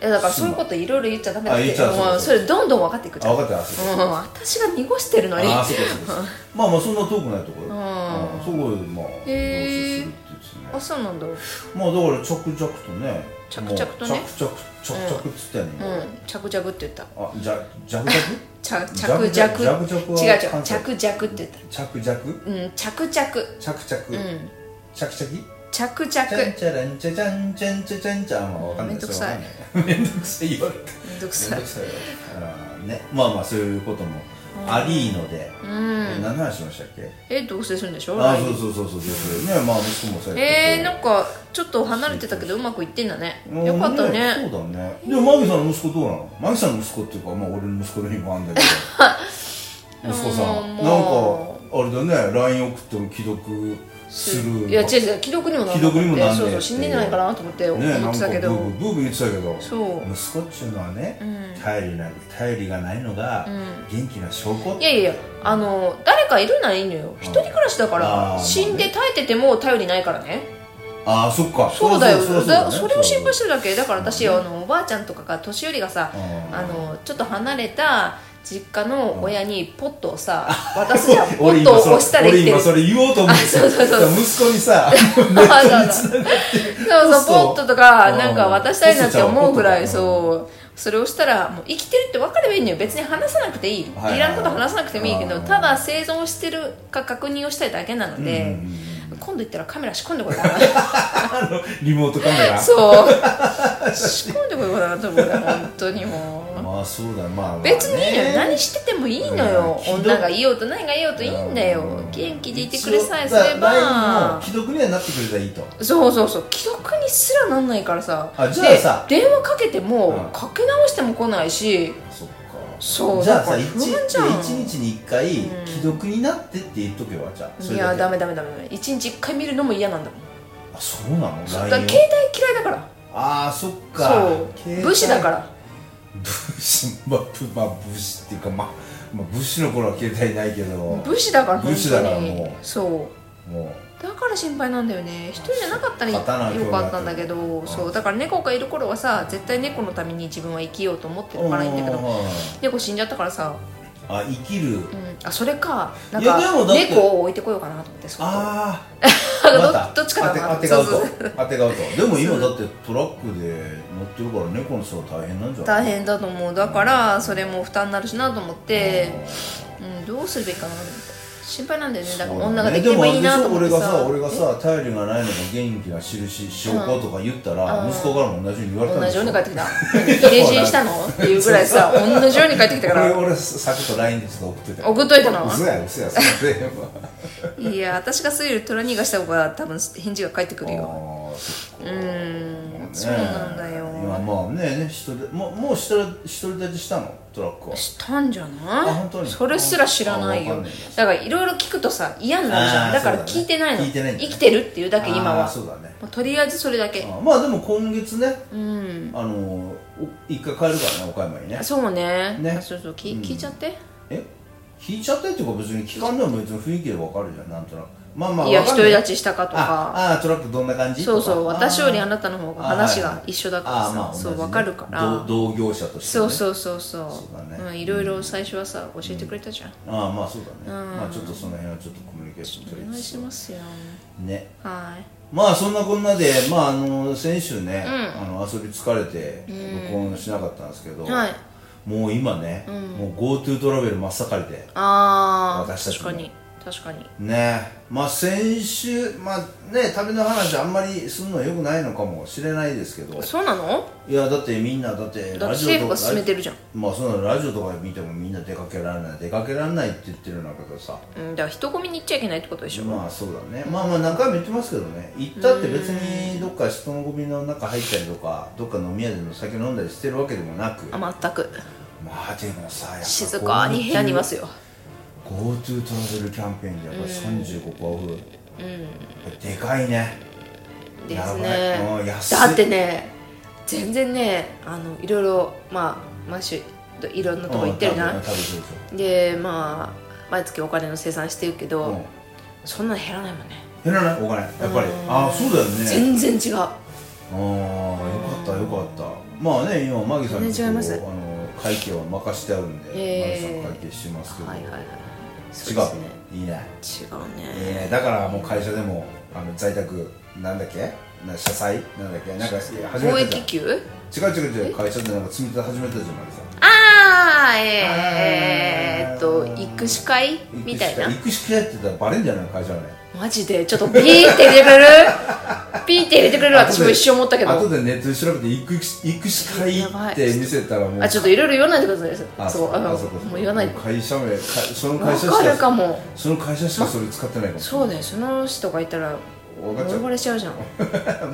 [SPEAKER 2] いやだからそういうこといろいろ言っちゃダメだ
[SPEAKER 3] あ言っちゃうそう
[SPEAKER 2] もうそれどんどん分かっていくじゃ
[SPEAKER 3] あ
[SPEAKER 2] ん
[SPEAKER 3] 分かったあそ
[SPEAKER 2] うん
[SPEAKER 3] こ
[SPEAKER 2] 私が濁してるのに
[SPEAKER 3] ああそこそこそこまあまあそんな遠くないところ
[SPEAKER 2] うん
[SPEAKER 3] うんそこでまあ同棲する
[SPEAKER 2] へー
[SPEAKER 3] って言ってたね
[SPEAKER 2] あそうなんだうん
[SPEAKER 3] まあだから着々とね
[SPEAKER 2] 着々とね
[SPEAKER 3] もう着々着々っつったよね、
[SPEAKER 2] 着々って言った
[SPEAKER 3] あじゃ着々
[SPEAKER 2] 着着
[SPEAKER 3] 着々
[SPEAKER 2] 々
[SPEAKER 3] 着々は
[SPEAKER 2] 違う違う
[SPEAKER 3] 関西
[SPEAKER 2] 着々って言った
[SPEAKER 3] 着々
[SPEAKER 2] うん着々
[SPEAKER 3] 着
[SPEAKER 2] う
[SPEAKER 3] 々
[SPEAKER 2] ん
[SPEAKER 3] 着々
[SPEAKER 2] 着
[SPEAKER 3] チャン
[SPEAKER 2] 々
[SPEAKER 3] チャランチャチャンチャンチャチャンチャンはわかんない
[SPEAKER 2] めんどくさい
[SPEAKER 3] それはわかんない めんどくさい言われた
[SPEAKER 2] めんどく
[SPEAKER 3] め
[SPEAKER 2] さい
[SPEAKER 3] んどくさいよあーねまあまあそういうこともありので、
[SPEAKER 2] うん
[SPEAKER 3] 何の話しましたっけ
[SPEAKER 2] え同棲するんでしょ
[SPEAKER 3] ああ
[SPEAKER 2] 来
[SPEAKER 3] そう
[SPEAKER 2] 年
[SPEAKER 3] そうそうそうそうねまあ息子もそうや
[SPEAKER 2] え
[SPEAKER 3] って
[SPEAKER 2] ー、なんかちょっと離れてたけどうまくいってんだね
[SPEAKER 3] うん
[SPEAKER 2] よかったね
[SPEAKER 3] そうだねでもマギさんの息子どうなのマギさんの息子っていうかまあ俺の息子の日もあんだけ ど息子さ
[SPEAKER 2] うんん
[SPEAKER 3] な
[SPEAKER 2] ま
[SPEAKER 3] ん
[SPEAKER 2] あ
[SPEAKER 3] かあれだね LINE 送っても既読する
[SPEAKER 2] いや違う違う既読にもなん
[SPEAKER 3] 既読にもなんねえ
[SPEAKER 2] そうそう死んでんじゃないかなと思って思
[SPEAKER 3] ね、な
[SPEAKER 2] っ
[SPEAKER 3] ん
[SPEAKER 2] て
[SPEAKER 3] か
[SPEAKER 2] た
[SPEAKER 3] ブ
[SPEAKER 2] け
[SPEAKER 3] ーブ
[SPEAKER 2] ど、
[SPEAKER 3] ーブーブー言ってたけど
[SPEAKER 2] そう
[SPEAKER 3] 息子っちゅうのはね、
[SPEAKER 2] うん
[SPEAKER 3] 頼りな頼りがないのが元気な証拠、
[SPEAKER 2] いやいやいやあの誰かいるならいいのよ一人暮らしだか
[SPEAKER 3] あー
[SPEAKER 2] ら死んで耐えてても頼りないからね
[SPEAKER 3] ああそっか
[SPEAKER 2] そうだよ
[SPEAKER 3] りゃう
[SPEAKER 2] だ
[SPEAKER 3] ね
[SPEAKER 2] それを心配
[SPEAKER 3] し
[SPEAKER 2] してるだけだから私あのおばあちゃんとかが年寄りがさ
[SPEAKER 3] うん
[SPEAKER 2] あのちょっと離れた実家の親にポットをさ渡すじゃんポ
[SPEAKER 3] 俺
[SPEAKER 2] ット
[SPEAKER 3] 今
[SPEAKER 2] を
[SPEAKER 3] それ
[SPEAKER 2] 押したら生
[SPEAKER 3] 俺
[SPEAKER 2] きて
[SPEAKER 3] 今
[SPEAKER 2] る
[SPEAKER 3] それ言おうと思って
[SPEAKER 2] あ そうそうそう
[SPEAKER 3] だから息子 にさ
[SPEAKER 2] そうそうそうそうポットと
[SPEAKER 3] う
[SPEAKER 2] か
[SPEAKER 3] ん
[SPEAKER 2] なんか渡したいなって思うぐらい
[SPEAKER 3] ポストちゃんは
[SPEAKER 2] そ
[SPEAKER 3] ポ
[SPEAKER 2] うそれをしたらもう生きてるって分かればいいのよ別に話さなくていい、
[SPEAKER 3] はいはい
[SPEAKER 2] いらんこと話さなくてもいいけ
[SPEAKER 3] う
[SPEAKER 2] ど
[SPEAKER 3] ん
[SPEAKER 2] ただ生存してるか確認をしたいだけなの
[SPEAKER 3] うんう
[SPEAKER 2] で
[SPEAKER 3] ん、
[SPEAKER 2] 今度行ったらカメラ仕込んでこようかな
[SPEAKER 3] あのリモートカメラ
[SPEAKER 2] そう仕込んでこようかなと思うよ本当にも
[SPEAKER 3] まあそうだまあ、まあね、
[SPEAKER 2] う別にいいのよ何しててもいいのよ
[SPEAKER 3] うん
[SPEAKER 2] 女がいようと何がいようといいんだよ
[SPEAKER 3] うん
[SPEAKER 2] 元気でいてくれさえ
[SPEAKER 3] 一
[SPEAKER 2] す
[SPEAKER 3] 応だ
[SPEAKER 2] れ
[SPEAKER 3] から LINE
[SPEAKER 2] ば
[SPEAKER 3] も既読にはなってくれたらいいと
[SPEAKER 2] そうそうそう既読にすらなんないからさ
[SPEAKER 3] あじゃあさ
[SPEAKER 2] で電話かけて
[SPEAKER 3] うん
[SPEAKER 2] もかけ直しても来ないし
[SPEAKER 3] そっか
[SPEAKER 2] そう
[SPEAKER 3] じゃあ
[SPEAKER 2] だ
[SPEAKER 3] さ
[SPEAKER 2] から
[SPEAKER 3] 一
[SPEAKER 2] 不
[SPEAKER 3] 日
[SPEAKER 2] 安じゃん
[SPEAKER 3] 一日に一回
[SPEAKER 2] ん
[SPEAKER 3] 既読になってって言っとけばじゃあそ
[SPEAKER 2] い
[SPEAKER 3] れだ
[SPEAKER 2] や
[SPEAKER 3] け
[SPEAKER 2] ダメダメダメダメ一日一回見るのも嫌なんだもん
[SPEAKER 3] あそうなの
[SPEAKER 2] だ
[SPEAKER 3] LINE
[SPEAKER 2] から
[SPEAKER 3] を
[SPEAKER 2] 携帯嫌いだから
[SPEAKER 3] ああそっか
[SPEAKER 2] そう武士だからら
[SPEAKER 3] 武士 まあ、ぶまあ、武士っていうかまあ、まあ、武士の頃は携帯ないけども
[SPEAKER 2] 武士だから本当に
[SPEAKER 3] 武士だからも
[SPEAKER 2] そう
[SPEAKER 3] う
[SPEAKER 2] だから心配なんだよね一人じゃなかったらよ
[SPEAKER 3] 刀を
[SPEAKER 2] かったんだけ
[SPEAKER 3] う
[SPEAKER 2] ど
[SPEAKER 3] ん
[SPEAKER 2] そうだから猫がいる頃はさ絶対猫のために自分は生きようと思ってるからいいんだけど
[SPEAKER 3] あ
[SPEAKER 2] 猫死んじゃったからさ
[SPEAKER 3] あ生きる、
[SPEAKER 2] うん、あそれかなん
[SPEAKER 3] いやでも
[SPEAKER 2] か
[SPEAKER 3] だって
[SPEAKER 2] 猫を置いてこようかなと思ってそこ
[SPEAKER 3] ああ
[SPEAKER 2] ど
[SPEAKER 3] また
[SPEAKER 2] どっちかな
[SPEAKER 3] 当て当てがう
[SPEAKER 2] そう
[SPEAKER 3] と当てがうとでも今だってトラックで乗ってるから猫の世話大変なんじゃない
[SPEAKER 2] 大変だと思うだからそれも負担になるしなと思って、うん、どうするべきかなと思って心配なんだよねだから女ができればいいなと思って
[SPEAKER 3] でもあ
[SPEAKER 2] さ
[SPEAKER 3] れでしょ俺がさ俺がさ頼りがないのが元気な印証拠とか言ったら、
[SPEAKER 2] うん
[SPEAKER 3] 息子からも同じように言われたん
[SPEAKER 2] 同じ
[SPEAKER 3] でしょ
[SPEAKER 2] ように帰ってきた 妊娠したのっていうぐらいさ同じように帰ってきたか
[SPEAKER 3] 俺
[SPEAKER 2] ら
[SPEAKER 3] 俺さっきと LINE でちょっと送ってた
[SPEAKER 2] 送っといたの
[SPEAKER 3] 嘘や嘘やそれ でも
[SPEAKER 2] いや私がすぎるトラ逃がした方が多分返事が返ってくるよ
[SPEAKER 3] あーそっか
[SPEAKER 2] うー
[SPEAKER 3] ね
[SPEAKER 2] んそうなんだよ
[SPEAKER 3] いやまあねね一人でもうもう一人一人立ちしたのトラックは
[SPEAKER 2] したんじゃない
[SPEAKER 3] あ本当に
[SPEAKER 2] それすら知らない
[SPEAKER 3] あ
[SPEAKER 2] よ
[SPEAKER 3] わかんない
[SPEAKER 2] だからいろいろ聞くとさ嫌になるじゃ
[SPEAKER 3] あ
[SPEAKER 2] ん
[SPEAKER 3] ー
[SPEAKER 2] だから
[SPEAKER 3] そうだね
[SPEAKER 2] 聞いてないの
[SPEAKER 3] 聞いてないんだ
[SPEAKER 2] 生きてるっていうだけ今
[SPEAKER 3] あー
[SPEAKER 2] は
[SPEAKER 3] そうだね
[SPEAKER 2] もうとりあえずそれだけ
[SPEAKER 3] あまあでも今月ね
[SPEAKER 2] うん
[SPEAKER 3] あのお一回帰るからね岡山にね
[SPEAKER 2] そうね
[SPEAKER 3] ね
[SPEAKER 2] あそうそう聞,、
[SPEAKER 3] うん
[SPEAKER 2] 聞いちゃって
[SPEAKER 3] え聞いちゃってっていうか別に聞かんでも別に雰囲気でわかるじゃんなんとなくまあまあ
[SPEAKER 2] いや
[SPEAKER 3] わか
[SPEAKER 2] 独
[SPEAKER 3] んな
[SPEAKER 2] り立ちしたかとか
[SPEAKER 3] ああトラックどんな感じ
[SPEAKER 2] そうそう私よりあ
[SPEAKER 3] の
[SPEAKER 2] なたの方が話が一緒だからさ、そうわかるから
[SPEAKER 3] 同同業者としてね、
[SPEAKER 2] そうそうそうそう
[SPEAKER 3] そうだね
[SPEAKER 2] ん、いろいろ最初はさ教えてくれたじゃん、
[SPEAKER 3] ああまあそうだね、
[SPEAKER 2] うん
[SPEAKER 3] まあちょっとその辺はちょっとコミュニケーション取
[SPEAKER 2] お
[SPEAKER 3] り
[SPEAKER 2] 願
[SPEAKER 3] つ
[SPEAKER 2] い
[SPEAKER 3] つ
[SPEAKER 2] しますよ
[SPEAKER 3] ね
[SPEAKER 2] はい
[SPEAKER 3] まあそんなこんなで、まあ、あの先週ね、
[SPEAKER 2] う
[SPEAKER 3] あの遊び疲れて録音しなかったんですけど、
[SPEAKER 2] はい
[SPEAKER 3] もう今ね、もう GoTo トラベル真っ盛りで
[SPEAKER 2] ああ
[SPEAKER 3] 私たち
[SPEAKER 2] 確
[SPEAKER 3] も
[SPEAKER 2] かに確かに
[SPEAKER 3] ねまあ先週まあね旅の話あんまりするのはよくないのかもしれないですけど
[SPEAKER 2] そうなの
[SPEAKER 3] いやだってみんなだって
[SPEAKER 2] だって
[SPEAKER 3] ラジ
[SPEAKER 2] 政
[SPEAKER 3] オ
[SPEAKER 2] 府
[SPEAKER 3] とか
[SPEAKER 2] が進めてるじゃん、
[SPEAKER 3] まあそのラジオとか見てもみんな出かけられない出かけられないって言ってる中でさ
[SPEAKER 2] うん、だから人混みに行っちゃいけないってことでしょ、
[SPEAKER 3] まあそうだねまあまあ何回も言ってますけどね行ったって別にどっか人のゴミの中入ったりとかどっか飲み屋での酒飲んだりしてるわけでもなくま
[SPEAKER 2] あ全く
[SPEAKER 3] あでもさやっぱ
[SPEAKER 2] 静かに部屋にいます
[SPEAKER 3] よ
[SPEAKER 2] よ
[SPEAKER 3] GoTo トラベルキャンペーンでやっぱり35%オフでかいね
[SPEAKER 2] で
[SPEAKER 3] や
[SPEAKER 2] す
[SPEAKER 3] ばい
[SPEAKER 2] ね
[SPEAKER 3] うん安い
[SPEAKER 2] だってね全然ねあのいろいろまあ毎週いろんなとこ行ってるじゃ
[SPEAKER 3] うん
[SPEAKER 2] な
[SPEAKER 3] 多分そうでし
[SPEAKER 2] いでまあ毎月お金の生産してるけ
[SPEAKER 3] ょ
[SPEAKER 2] ど、
[SPEAKER 3] うん
[SPEAKER 2] そんなの減らないもんね
[SPEAKER 3] 減らないお金やっぱりああそうだよね
[SPEAKER 2] 全然違う
[SPEAKER 3] ああよかったよかったまあね今マギさん
[SPEAKER 2] 全
[SPEAKER 3] に
[SPEAKER 2] 然違います
[SPEAKER 3] あの会計は任してあるんで、
[SPEAKER 2] ええ
[SPEAKER 3] マギさん会計してますけど、
[SPEAKER 2] はいはいはい
[SPEAKER 3] 違
[SPEAKER 2] そう
[SPEAKER 3] う、
[SPEAKER 2] で
[SPEAKER 3] いいね、
[SPEAKER 2] すね違うね
[SPEAKER 3] えー、だからもう会社でもあの在宅なんだっけな社債なんだっけなんか始めたじゃ
[SPEAKER 2] 貿易給
[SPEAKER 3] ん違う違う違う会社でなんか積み立て始めたじゃんマギさん
[SPEAKER 2] ああ
[SPEAKER 3] あー
[SPEAKER 2] えー、えーっと育種会みたいな
[SPEAKER 3] 行くしかやってたらバレんじゃない会社はね
[SPEAKER 2] マジでちょっとピーって入れてく れるピーって入れてくれる私も一瞬思ったけど
[SPEAKER 3] 後でネットで調べて行く行くしかい
[SPEAKER 2] やばい
[SPEAKER 3] って見せたらもう
[SPEAKER 2] あちょっといろいろ言わないでくださいです
[SPEAKER 3] あ
[SPEAKER 2] そうあの
[SPEAKER 3] あそこそこ
[SPEAKER 2] もう言わない
[SPEAKER 3] もう会社名かその会
[SPEAKER 2] わ
[SPEAKER 3] 社し
[SPEAKER 2] かるか
[SPEAKER 3] か
[SPEAKER 2] も
[SPEAKER 3] その会社しかそれ使ってないかも
[SPEAKER 2] そうだよその人がいたら
[SPEAKER 3] 分
[SPEAKER 2] ボ
[SPEAKER 3] かっちゃ
[SPEAKER 2] ロ
[SPEAKER 3] う
[SPEAKER 2] ボロしちゃうじゃん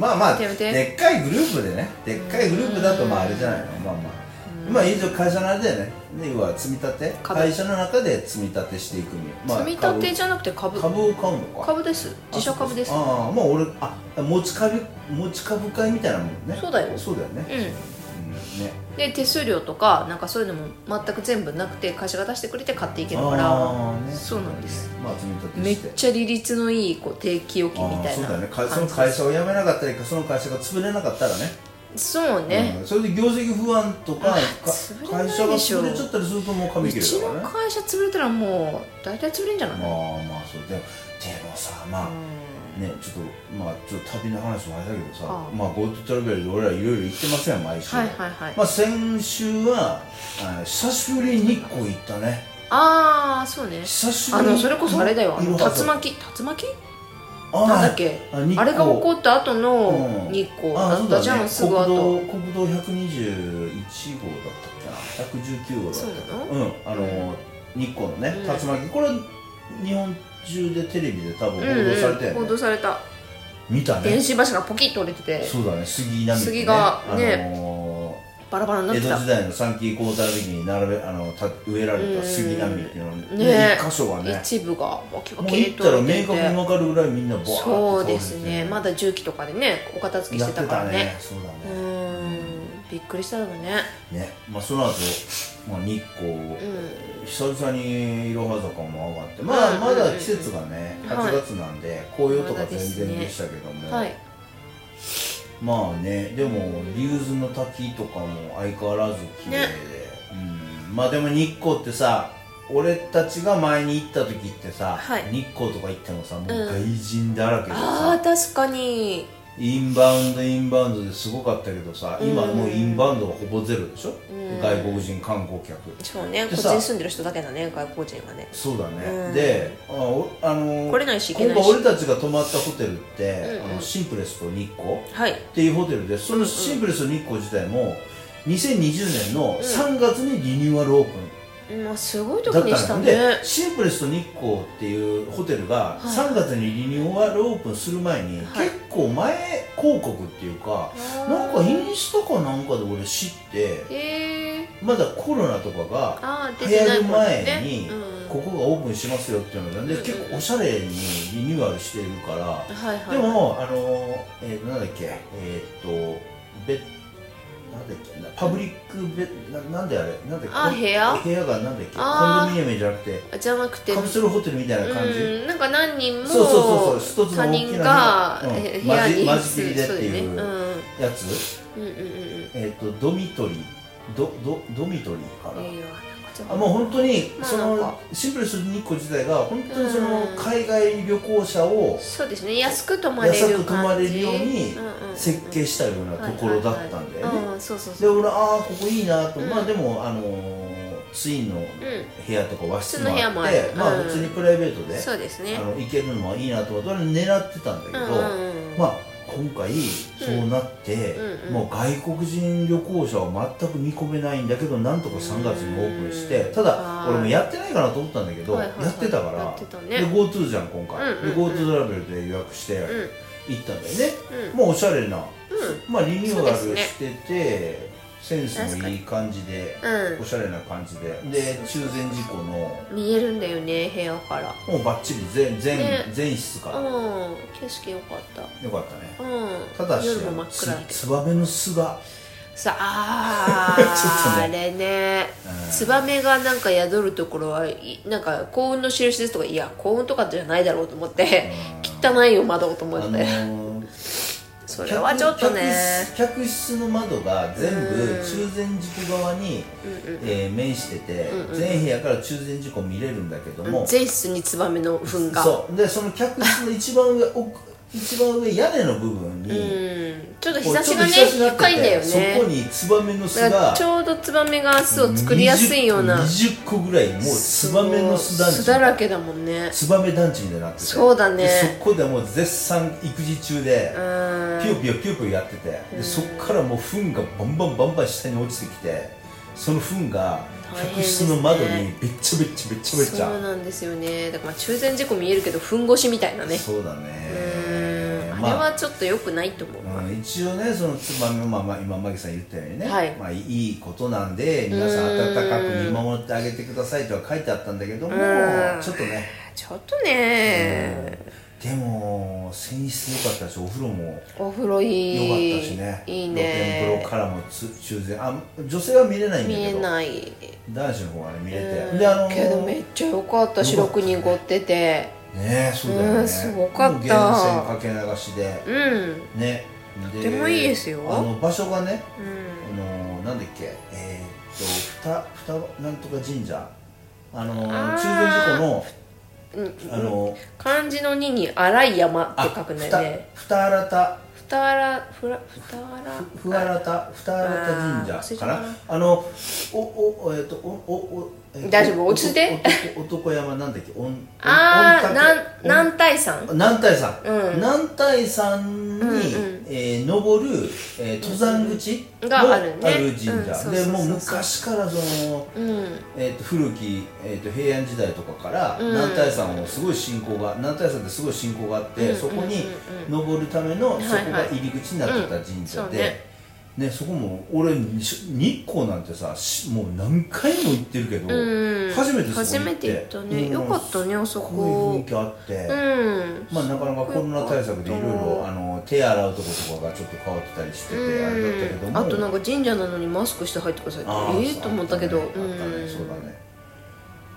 [SPEAKER 3] まあまあ
[SPEAKER 2] やめて
[SPEAKER 3] でっかいグループでねでっかいグループだとまああれじゃないのまあまあまあ以上会社のあれだよねで要は積み立て
[SPEAKER 2] 株
[SPEAKER 3] 会社の中で積み立てしていくに、まあ、
[SPEAKER 2] 積み立てじゃなくて株
[SPEAKER 3] 株
[SPEAKER 2] 株
[SPEAKER 3] 株を買うのか
[SPEAKER 2] です自社株です
[SPEAKER 3] ああまあ俺あ持ち株持ち株会みたいなもんね
[SPEAKER 2] そうだよ
[SPEAKER 3] そうだよね、
[SPEAKER 2] う
[SPEAKER 3] うん、ね
[SPEAKER 2] んで手数料とかなんかそういうのも全く全部なくて会社が出してくれて買っていけるか
[SPEAKER 3] あー
[SPEAKER 2] ら
[SPEAKER 3] ね
[SPEAKER 2] そうなんです
[SPEAKER 3] まあ積み立て
[SPEAKER 2] めっ
[SPEAKER 3] して
[SPEAKER 2] ちゃ利率のいいこう定期預金みたいな
[SPEAKER 3] ああそうだ
[SPEAKER 2] 感
[SPEAKER 3] ね
[SPEAKER 2] じ
[SPEAKER 3] かその会社を辞めなかったりその会社が潰れなかったらね
[SPEAKER 2] そうね
[SPEAKER 3] うん、それで業績不安とかか
[SPEAKER 2] 潰れない
[SPEAKER 3] 会
[SPEAKER 2] でし
[SPEAKER 3] 社
[SPEAKER 2] ょ
[SPEAKER 3] が潰れちゃったりするともう
[SPEAKER 2] う
[SPEAKER 3] 紙切れ
[SPEAKER 2] ちの
[SPEAKER 3] だからね
[SPEAKER 2] 会社潰れたらもう大体潰れんじゃない
[SPEAKER 3] まあまあそうでもでもさまあ、ねちょっとまあちょっと旅の話もあれだけどさ
[SPEAKER 2] ああ
[SPEAKER 3] まあ GoTo トラベルで俺らいろいろ行ってますやん毎週、
[SPEAKER 2] はいはいはい
[SPEAKER 3] まあ先週はあ久しぶりに日光行ったね
[SPEAKER 2] ああそうね
[SPEAKER 3] 久しぶ
[SPEAKER 2] あ
[SPEAKER 3] りに
[SPEAKER 2] のそれこそあれだよあの
[SPEAKER 3] いろは
[SPEAKER 2] 竜
[SPEAKER 3] 坂
[SPEAKER 2] 巻竜巻
[SPEAKER 3] ああ
[SPEAKER 2] なんだっけ
[SPEAKER 3] あ日光
[SPEAKER 2] あれが起こった後の
[SPEAKER 3] うん
[SPEAKER 2] 日光
[SPEAKER 3] ああ
[SPEAKER 2] だ
[SPEAKER 3] そ
[SPEAKER 2] っ
[SPEAKER 3] うだ
[SPEAKER 2] た
[SPEAKER 3] ね
[SPEAKER 2] じゃんすぐ後
[SPEAKER 3] 国道国道121号だったっけな119号だった
[SPEAKER 2] そうなの
[SPEAKER 3] うんあの日光のね
[SPEAKER 2] うん
[SPEAKER 3] 竜巻これ日本中でテレビで多分報
[SPEAKER 2] う
[SPEAKER 3] 道
[SPEAKER 2] んうん
[SPEAKER 3] されたよね、
[SPEAKER 2] 報道された
[SPEAKER 3] 見たね
[SPEAKER 2] 電子柱がポキッと折れてて
[SPEAKER 3] そうだね杉並区ね
[SPEAKER 2] 杉がね
[SPEAKER 3] あのー
[SPEAKER 2] バラバラになっ
[SPEAKER 3] 江
[SPEAKER 2] て
[SPEAKER 3] 戸
[SPEAKER 2] た
[SPEAKER 3] 時代の三期交代の時に並べあのた植えられた杉並っていうの
[SPEAKER 2] うん
[SPEAKER 3] に
[SPEAKER 2] ね
[SPEAKER 3] 一箇所がね
[SPEAKER 2] 一部がボキ
[SPEAKER 3] も
[SPEAKER 2] ボ
[SPEAKER 3] う
[SPEAKER 2] キ
[SPEAKER 3] 行
[SPEAKER 2] ッ
[SPEAKER 3] っ
[SPEAKER 2] と
[SPEAKER 3] たら
[SPEAKER 2] 折れ
[SPEAKER 3] 明
[SPEAKER 2] て
[SPEAKER 3] 確に
[SPEAKER 2] て
[SPEAKER 3] 分かるぐらいみんなボワーッ
[SPEAKER 2] そう
[SPEAKER 3] と倒れてて
[SPEAKER 2] ですねまだ重機とかでねお片付け
[SPEAKER 3] や
[SPEAKER 2] し
[SPEAKER 3] って
[SPEAKER 2] た
[SPEAKER 3] て
[SPEAKER 2] か
[SPEAKER 3] た
[SPEAKER 2] ら
[SPEAKER 3] ね
[SPEAKER 2] ね
[SPEAKER 3] そう
[SPEAKER 2] う
[SPEAKER 3] だね
[SPEAKER 2] ーんびっくりしたよね
[SPEAKER 3] ねまあその後まあ日光
[SPEAKER 2] うん
[SPEAKER 3] 久々にいろは坂も上がってまあ
[SPEAKER 2] うん
[SPEAKER 3] まだ季節がね
[SPEAKER 2] うんはい
[SPEAKER 3] 8月なんで紅葉とか
[SPEAKER 2] まだです
[SPEAKER 3] 全
[SPEAKER 2] ね
[SPEAKER 3] 然でしたけども
[SPEAKER 2] はい
[SPEAKER 3] まあねでも竜頭の滝とかも相変わらず綺麗で、
[SPEAKER 2] ね
[SPEAKER 3] うんまあでも日光ってさ俺たちが前に行った時ってさ、
[SPEAKER 2] はい
[SPEAKER 3] 日光とか行ってもさもううん外人だらけで
[SPEAKER 2] あ
[SPEAKER 3] さ、
[SPEAKER 2] ー確かに
[SPEAKER 3] インバウンドインバウンドですごかったけどさ、今
[SPEAKER 2] うん
[SPEAKER 3] もうインバウンドはほぼゼロでしょ、
[SPEAKER 2] うん
[SPEAKER 3] 外国人観光客
[SPEAKER 2] そうねこ
[SPEAKER 3] で
[SPEAKER 2] っち
[SPEAKER 3] さ
[SPEAKER 2] に住んでる人だけだね外国人はね
[SPEAKER 3] そうだね、
[SPEAKER 2] うん
[SPEAKER 3] であおあのー
[SPEAKER 2] 来れないし行けないし
[SPEAKER 3] 今回俺たちが泊まったホテルって、
[SPEAKER 2] うんうん
[SPEAKER 3] あのシンプレスと日光っ
[SPEAKER 2] はい
[SPEAKER 3] ていうホテルでそ
[SPEAKER 2] うんう
[SPEAKER 3] の
[SPEAKER 2] ん
[SPEAKER 3] シンプレスと日光自体も2020年の3月にリニューアルオープン、
[SPEAKER 2] まあすごいと
[SPEAKER 3] だ
[SPEAKER 2] こ
[SPEAKER 3] っ
[SPEAKER 2] にしたた
[SPEAKER 3] の
[SPEAKER 2] ね
[SPEAKER 3] で、シンプレスと日光っていうホテルが
[SPEAKER 2] はい
[SPEAKER 3] 3月にリニューアルオープンする前に、
[SPEAKER 2] はい
[SPEAKER 3] 結構前広告っていうか、なんかインスタかなんかで俺知って
[SPEAKER 2] へえ
[SPEAKER 3] まだコロナとかが
[SPEAKER 2] あー出
[SPEAKER 3] 流
[SPEAKER 2] てない
[SPEAKER 3] 行る
[SPEAKER 2] もん
[SPEAKER 3] 前
[SPEAKER 2] ね
[SPEAKER 3] に
[SPEAKER 2] うん
[SPEAKER 3] ここがオープンしますよっていうのなんで
[SPEAKER 2] うん
[SPEAKER 3] 結構おしゃれにリニューアルしているから、
[SPEAKER 2] はいはい
[SPEAKER 3] でもあの、えー、なんだっけえーっとベなんだっけなパブリックベななんであれなんだっけ
[SPEAKER 2] あ部屋
[SPEAKER 3] 部屋がなんだっけ
[SPEAKER 2] あー
[SPEAKER 3] コンドミニアムじゃなくて
[SPEAKER 2] じゃなくて
[SPEAKER 3] カプセルホテルみたいな感じ、
[SPEAKER 2] うんなんか何人も
[SPEAKER 3] そうそうそうそう一つの
[SPEAKER 2] 他
[SPEAKER 3] 大き
[SPEAKER 2] 人
[SPEAKER 3] な
[SPEAKER 2] が、
[SPEAKER 3] うん
[SPEAKER 2] え部屋に
[SPEAKER 3] 混じ混じりでって
[SPEAKER 2] そうだよね、
[SPEAKER 3] いううんやつ、
[SPEAKER 2] うんうんうんうん
[SPEAKER 3] えっとドミトリードドドミトリーかな、
[SPEAKER 2] いいわなんかちょっと
[SPEAKER 3] あもう本当に
[SPEAKER 2] まあ
[SPEAKER 3] そ
[SPEAKER 2] なんか
[SPEAKER 3] のシンプルする日光自体が本当にその
[SPEAKER 2] うん
[SPEAKER 3] 海外旅行者を
[SPEAKER 2] そうですね安く泊まれる感じ
[SPEAKER 3] 安く泊まれるように設計したようなところだったんだよね、
[SPEAKER 2] うんうんうんうんそうそう
[SPEAKER 3] で
[SPEAKER 2] そう
[SPEAKER 3] 俺ああここいいなと、
[SPEAKER 2] うん
[SPEAKER 3] まあでもあのーツインの
[SPEAKER 2] う
[SPEAKER 3] 部屋とか和室
[SPEAKER 2] 普通
[SPEAKER 3] も
[SPEAKER 2] の部屋も
[SPEAKER 3] あ
[SPEAKER 2] あ
[SPEAKER 3] っ
[SPEAKER 2] る
[SPEAKER 3] てまあ
[SPEAKER 2] うん
[SPEAKER 3] 普通にプライベート
[SPEAKER 2] ん
[SPEAKER 3] で、
[SPEAKER 2] そうですね
[SPEAKER 3] あの行けるのもいいなと思って俺狙ってたんだけど、
[SPEAKER 2] うんうん
[SPEAKER 3] まあ、今回そうなって、
[SPEAKER 2] うんうん
[SPEAKER 3] もう外国人旅行者は全く見込めないんだけどなんとか3月にオープンして、
[SPEAKER 2] うん
[SPEAKER 3] た
[SPEAKER 2] は
[SPEAKER 3] だ
[SPEAKER 2] い
[SPEAKER 3] 俺もやってないかなと思ったんだけど、
[SPEAKER 2] はいはいはい
[SPEAKER 3] やってたから
[SPEAKER 2] やってたね
[SPEAKER 3] で GoTo じゃん今回、
[SPEAKER 2] うんうんうん
[SPEAKER 3] で GoTo トラベルで予約して
[SPEAKER 2] うんうん
[SPEAKER 3] 行ったんだよね、もうおしゃれな、まあ、リニューア
[SPEAKER 2] そう
[SPEAKER 3] ル
[SPEAKER 2] です
[SPEAKER 3] してて、センスもいい感じで
[SPEAKER 2] うん
[SPEAKER 3] おしゃれな感じでで中禅寺湖の
[SPEAKER 2] うん見えるんだよね部屋から
[SPEAKER 3] もうバッチリ全全,、
[SPEAKER 2] ね
[SPEAKER 3] 全室から、
[SPEAKER 2] う
[SPEAKER 3] よ
[SPEAKER 2] ん景色良かった
[SPEAKER 3] かったね
[SPEAKER 2] うん
[SPEAKER 3] ただし
[SPEAKER 2] 夜も真っ暗だけ
[SPEAKER 3] つ
[SPEAKER 2] ど
[SPEAKER 3] ツバメの巣が
[SPEAKER 2] さああ
[SPEAKER 3] ちょ
[SPEAKER 2] あ
[SPEAKER 3] っと
[SPEAKER 2] れね
[SPEAKER 3] うん
[SPEAKER 2] ツバメがなんか宿るところはいなんか幸運の印ですとかいや幸運とかじゃないだろうと思って
[SPEAKER 3] うん
[SPEAKER 2] 汚いよ窓と思
[SPEAKER 3] あ
[SPEAKER 2] っ
[SPEAKER 3] の
[SPEAKER 2] て
[SPEAKER 3] ー
[SPEAKER 2] それはちょっとね
[SPEAKER 3] 客客室客室の窓が全部
[SPEAKER 2] うん
[SPEAKER 3] 中禅寺湖側に、
[SPEAKER 2] うんうん
[SPEAKER 3] えー面してて、
[SPEAKER 2] うんうん
[SPEAKER 3] 全部屋から中禅寺湖見れるんだけども、
[SPEAKER 2] 全室にツバメの糞が
[SPEAKER 3] そうでその客室の一番上奥一番上屋根の部分
[SPEAKER 2] う
[SPEAKER 3] に、
[SPEAKER 2] んちょっと
[SPEAKER 3] こ
[SPEAKER 2] 日
[SPEAKER 3] う
[SPEAKER 2] 差しがね
[SPEAKER 3] ちょっと日差し
[SPEAKER 2] 高いんだよ
[SPEAKER 3] があってそこ
[SPEAKER 2] ね
[SPEAKER 3] にツバメの巣
[SPEAKER 2] だから
[SPEAKER 3] が
[SPEAKER 2] ちょうどツバメが巣を作りやすいような
[SPEAKER 3] 20, 個ぐらいもうツバメの巣団
[SPEAKER 2] 巣
[SPEAKER 3] 地
[SPEAKER 2] だらけだもんね
[SPEAKER 3] ツバメ団地みたいになってて
[SPEAKER 2] そうだね
[SPEAKER 3] でそこでもう絶賛育児中で
[SPEAKER 2] う、ーん
[SPEAKER 3] ピヨピヨピヨピヨやってて、でそこからもう糞がバンバンバンバン下に落ちてきてその糞が
[SPEAKER 2] 大変
[SPEAKER 3] 客
[SPEAKER 2] です
[SPEAKER 3] 室
[SPEAKER 2] ね
[SPEAKER 3] の窓にべっちゃべっちゃべっちゃべっちゃ
[SPEAKER 2] そうなんですよねだからまあ中禅寺湖見えるけど糞越しみたいなね
[SPEAKER 3] そうだね
[SPEAKER 2] うーんあれ
[SPEAKER 3] ま
[SPEAKER 2] はちょっと良くないと思う、
[SPEAKER 3] うん一応ねそのつまみまあまあ今マギさん言ったようにね、
[SPEAKER 2] はい
[SPEAKER 3] まあ、いいことなんで皆さん温かく見守ってあげてくださいとは書いてあったんだけども
[SPEAKER 2] うん
[SPEAKER 3] ちょっとね、
[SPEAKER 2] ちょっとね
[SPEAKER 3] でも泉質良かったしお風呂も
[SPEAKER 2] お風呂い
[SPEAKER 3] 良か
[SPEAKER 2] い
[SPEAKER 3] ったしね
[SPEAKER 2] いい
[SPEAKER 3] 露天風呂
[SPEAKER 2] ね
[SPEAKER 3] からもつ中禅あ女性は見れないんだ
[SPEAKER 2] 見
[SPEAKER 3] け
[SPEAKER 2] え
[SPEAKER 3] ど
[SPEAKER 2] ない
[SPEAKER 3] 男子の方がね見れて、
[SPEAKER 2] うん
[SPEAKER 3] であのー
[SPEAKER 2] けどめっちゃ良かった白く濁ってて
[SPEAKER 3] ねそうだよね、
[SPEAKER 2] うんすごかった
[SPEAKER 3] もう源泉かけ流しで
[SPEAKER 2] うん
[SPEAKER 3] ね
[SPEAKER 2] とてもいいですよ
[SPEAKER 3] あの場所がね
[SPEAKER 2] うん
[SPEAKER 3] あのーなんだっけえー、っとふたふたなんとか神社あのー
[SPEAKER 2] あー
[SPEAKER 3] 中禅寺湖の
[SPEAKER 2] うん
[SPEAKER 3] あのー
[SPEAKER 2] 漢字の「二に「荒い山」って書くんだよね
[SPEAKER 3] ふたあらた
[SPEAKER 2] ふたあらふらふたあら
[SPEAKER 3] ふふあらたふたあらた神
[SPEAKER 2] あー忘
[SPEAKER 3] 社
[SPEAKER 2] れちゃ
[SPEAKER 3] か
[SPEAKER 2] った
[SPEAKER 3] な
[SPEAKER 2] な
[SPEAKER 3] あのおおえー、っとおおおえーっと
[SPEAKER 2] 大丈夫落ち着いて
[SPEAKER 3] お男男山なんだっけおん
[SPEAKER 2] ああ
[SPEAKER 3] おん
[SPEAKER 2] な
[SPEAKER 3] た
[SPEAKER 2] ん
[SPEAKER 3] け
[SPEAKER 2] 南大山
[SPEAKER 3] 南大山、
[SPEAKER 2] うん
[SPEAKER 3] 南大山
[SPEAKER 2] う
[SPEAKER 3] に、
[SPEAKER 2] んうん
[SPEAKER 3] えー登る、えー登山口
[SPEAKER 2] うん
[SPEAKER 3] の
[SPEAKER 2] があるね
[SPEAKER 3] 神社、
[SPEAKER 2] うんそうそう
[SPEAKER 3] で
[SPEAKER 2] そう
[SPEAKER 3] もう
[SPEAKER 2] そう
[SPEAKER 3] 昔からその、
[SPEAKER 2] うん
[SPEAKER 3] えー、と古き、えー、と平安時代とかから、
[SPEAKER 2] うん
[SPEAKER 3] 南大山をすごい信仰が南大山ってすごい信仰があって、
[SPEAKER 2] うん
[SPEAKER 3] そこに
[SPEAKER 2] うん
[SPEAKER 3] 登るための、
[SPEAKER 2] はい
[SPEAKER 3] そこが入り口になってた神社
[SPEAKER 2] うんそう
[SPEAKER 3] で、
[SPEAKER 2] ね
[SPEAKER 3] ねそこも俺し日光なんてさしもう何回も行ってるけど、
[SPEAKER 2] うん
[SPEAKER 3] 初めてそこ行って
[SPEAKER 2] 初めて行ったね
[SPEAKER 3] うん
[SPEAKER 2] よかったねあそ
[SPEAKER 3] こうい
[SPEAKER 2] こ
[SPEAKER 3] う雰囲気あって。
[SPEAKER 2] うん
[SPEAKER 3] まあ、なかなかコロナ対策でいろいろあの手洗うとことかがちょっと変わってたりしててあれだったけど
[SPEAKER 2] うん
[SPEAKER 3] も
[SPEAKER 2] あとなんか神社なのにマスクして入ってくださいって
[SPEAKER 3] あー
[SPEAKER 2] ええと思ったけど
[SPEAKER 3] あったねあった
[SPEAKER 2] う
[SPEAKER 3] ね
[SPEAKER 2] ん
[SPEAKER 3] そうだね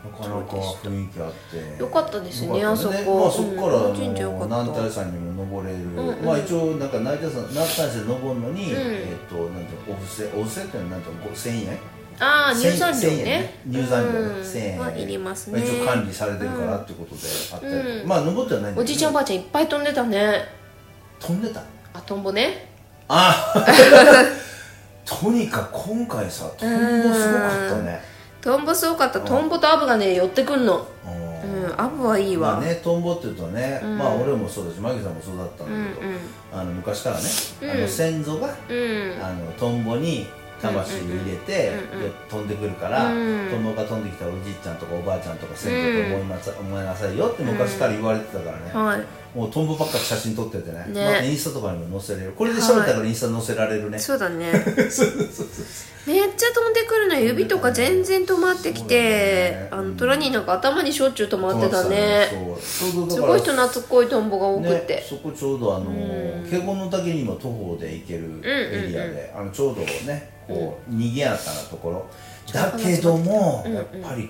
[SPEAKER 3] なかなか雰囲気あって
[SPEAKER 2] よかったですね
[SPEAKER 3] よかった
[SPEAKER 2] あそこ
[SPEAKER 3] まあ、そこからあ
[SPEAKER 2] うん神社よ
[SPEAKER 3] の
[SPEAKER 2] かった
[SPEAKER 3] 南大山にも登れる、
[SPEAKER 2] んうん
[SPEAKER 3] まあ一応なんか南大山南大山登るのに、
[SPEAKER 2] うん
[SPEAKER 3] えっとなんていうのお布施お布施っていうのはなんていうの5000円
[SPEAKER 2] ああ
[SPEAKER 3] 1000
[SPEAKER 2] 入山料ね
[SPEAKER 3] 入山料ね
[SPEAKER 2] うん
[SPEAKER 3] 1000円
[SPEAKER 2] まあいりますね
[SPEAKER 3] 一応管理されてるからってことであったりとか、
[SPEAKER 2] うん
[SPEAKER 3] まあ登ってはないんだけど
[SPEAKER 2] おじいちゃんおばあちゃんいっぱい飛んでたね
[SPEAKER 3] 飛んでた
[SPEAKER 2] あトンボね
[SPEAKER 3] あとにかく今回さとんぼすごかったね
[SPEAKER 2] トンボすごかったトンボとアブがね寄ってくんのう
[SPEAKER 3] うん
[SPEAKER 2] んアブはいいわ、
[SPEAKER 3] まあねトンボっていうとね、
[SPEAKER 2] うん
[SPEAKER 3] まあ俺もそうだしマギさんもそうだったんだ
[SPEAKER 2] うん
[SPEAKER 3] けど、あの昔からね、あ
[SPEAKER 2] うん
[SPEAKER 3] の先祖が
[SPEAKER 2] うんうん
[SPEAKER 3] あのトンボに魂を入れて、
[SPEAKER 2] うんうんうん
[SPEAKER 3] よ飛んでくるから、
[SPEAKER 2] うん
[SPEAKER 3] トンボが飛んできたらおじいちゃんとかおばあちゃんとか先祖と思いなさい、思いなさいよって昔から言われてたからね、
[SPEAKER 2] はい
[SPEAKER 3] もうトンボばっかり写真撮っててね
[SPEAKER 2] ね
[SPEAKER 3] まあ、インスタとかにも載せれるこれで喋ったからインスタ載せられるね、
[SPEAKER 2] そうだね めっちゃ飛んでくるのよ指とか全然止まってきて、
[SPEAKER 3] そうだ
[SPEAKER 2] あ
[SPEAKER 3] ね
[SPEAKER 2] の虎になんか頭にしょっちゅう止まってた
[SPEAKER 3] 止
[SPEAKER 2] ね
[SPEAKER 3] まってたそうちょうど
[SPEAKER 2] す
[SPEAKER 3] だから
[SPEAKER 2] ごい人懐っこいトンボが多くて、
[SPEAKER 3] ね、そこちょうどあの
[SPEAKER 2] うん
[SPEAKER 3] 華厳の滝にも徒歩で行けるエリアで、あのちょうどねこう賑やかなところだけども、
[SPEAKER 2] うんうん
[SPEAKER 3] やっぱり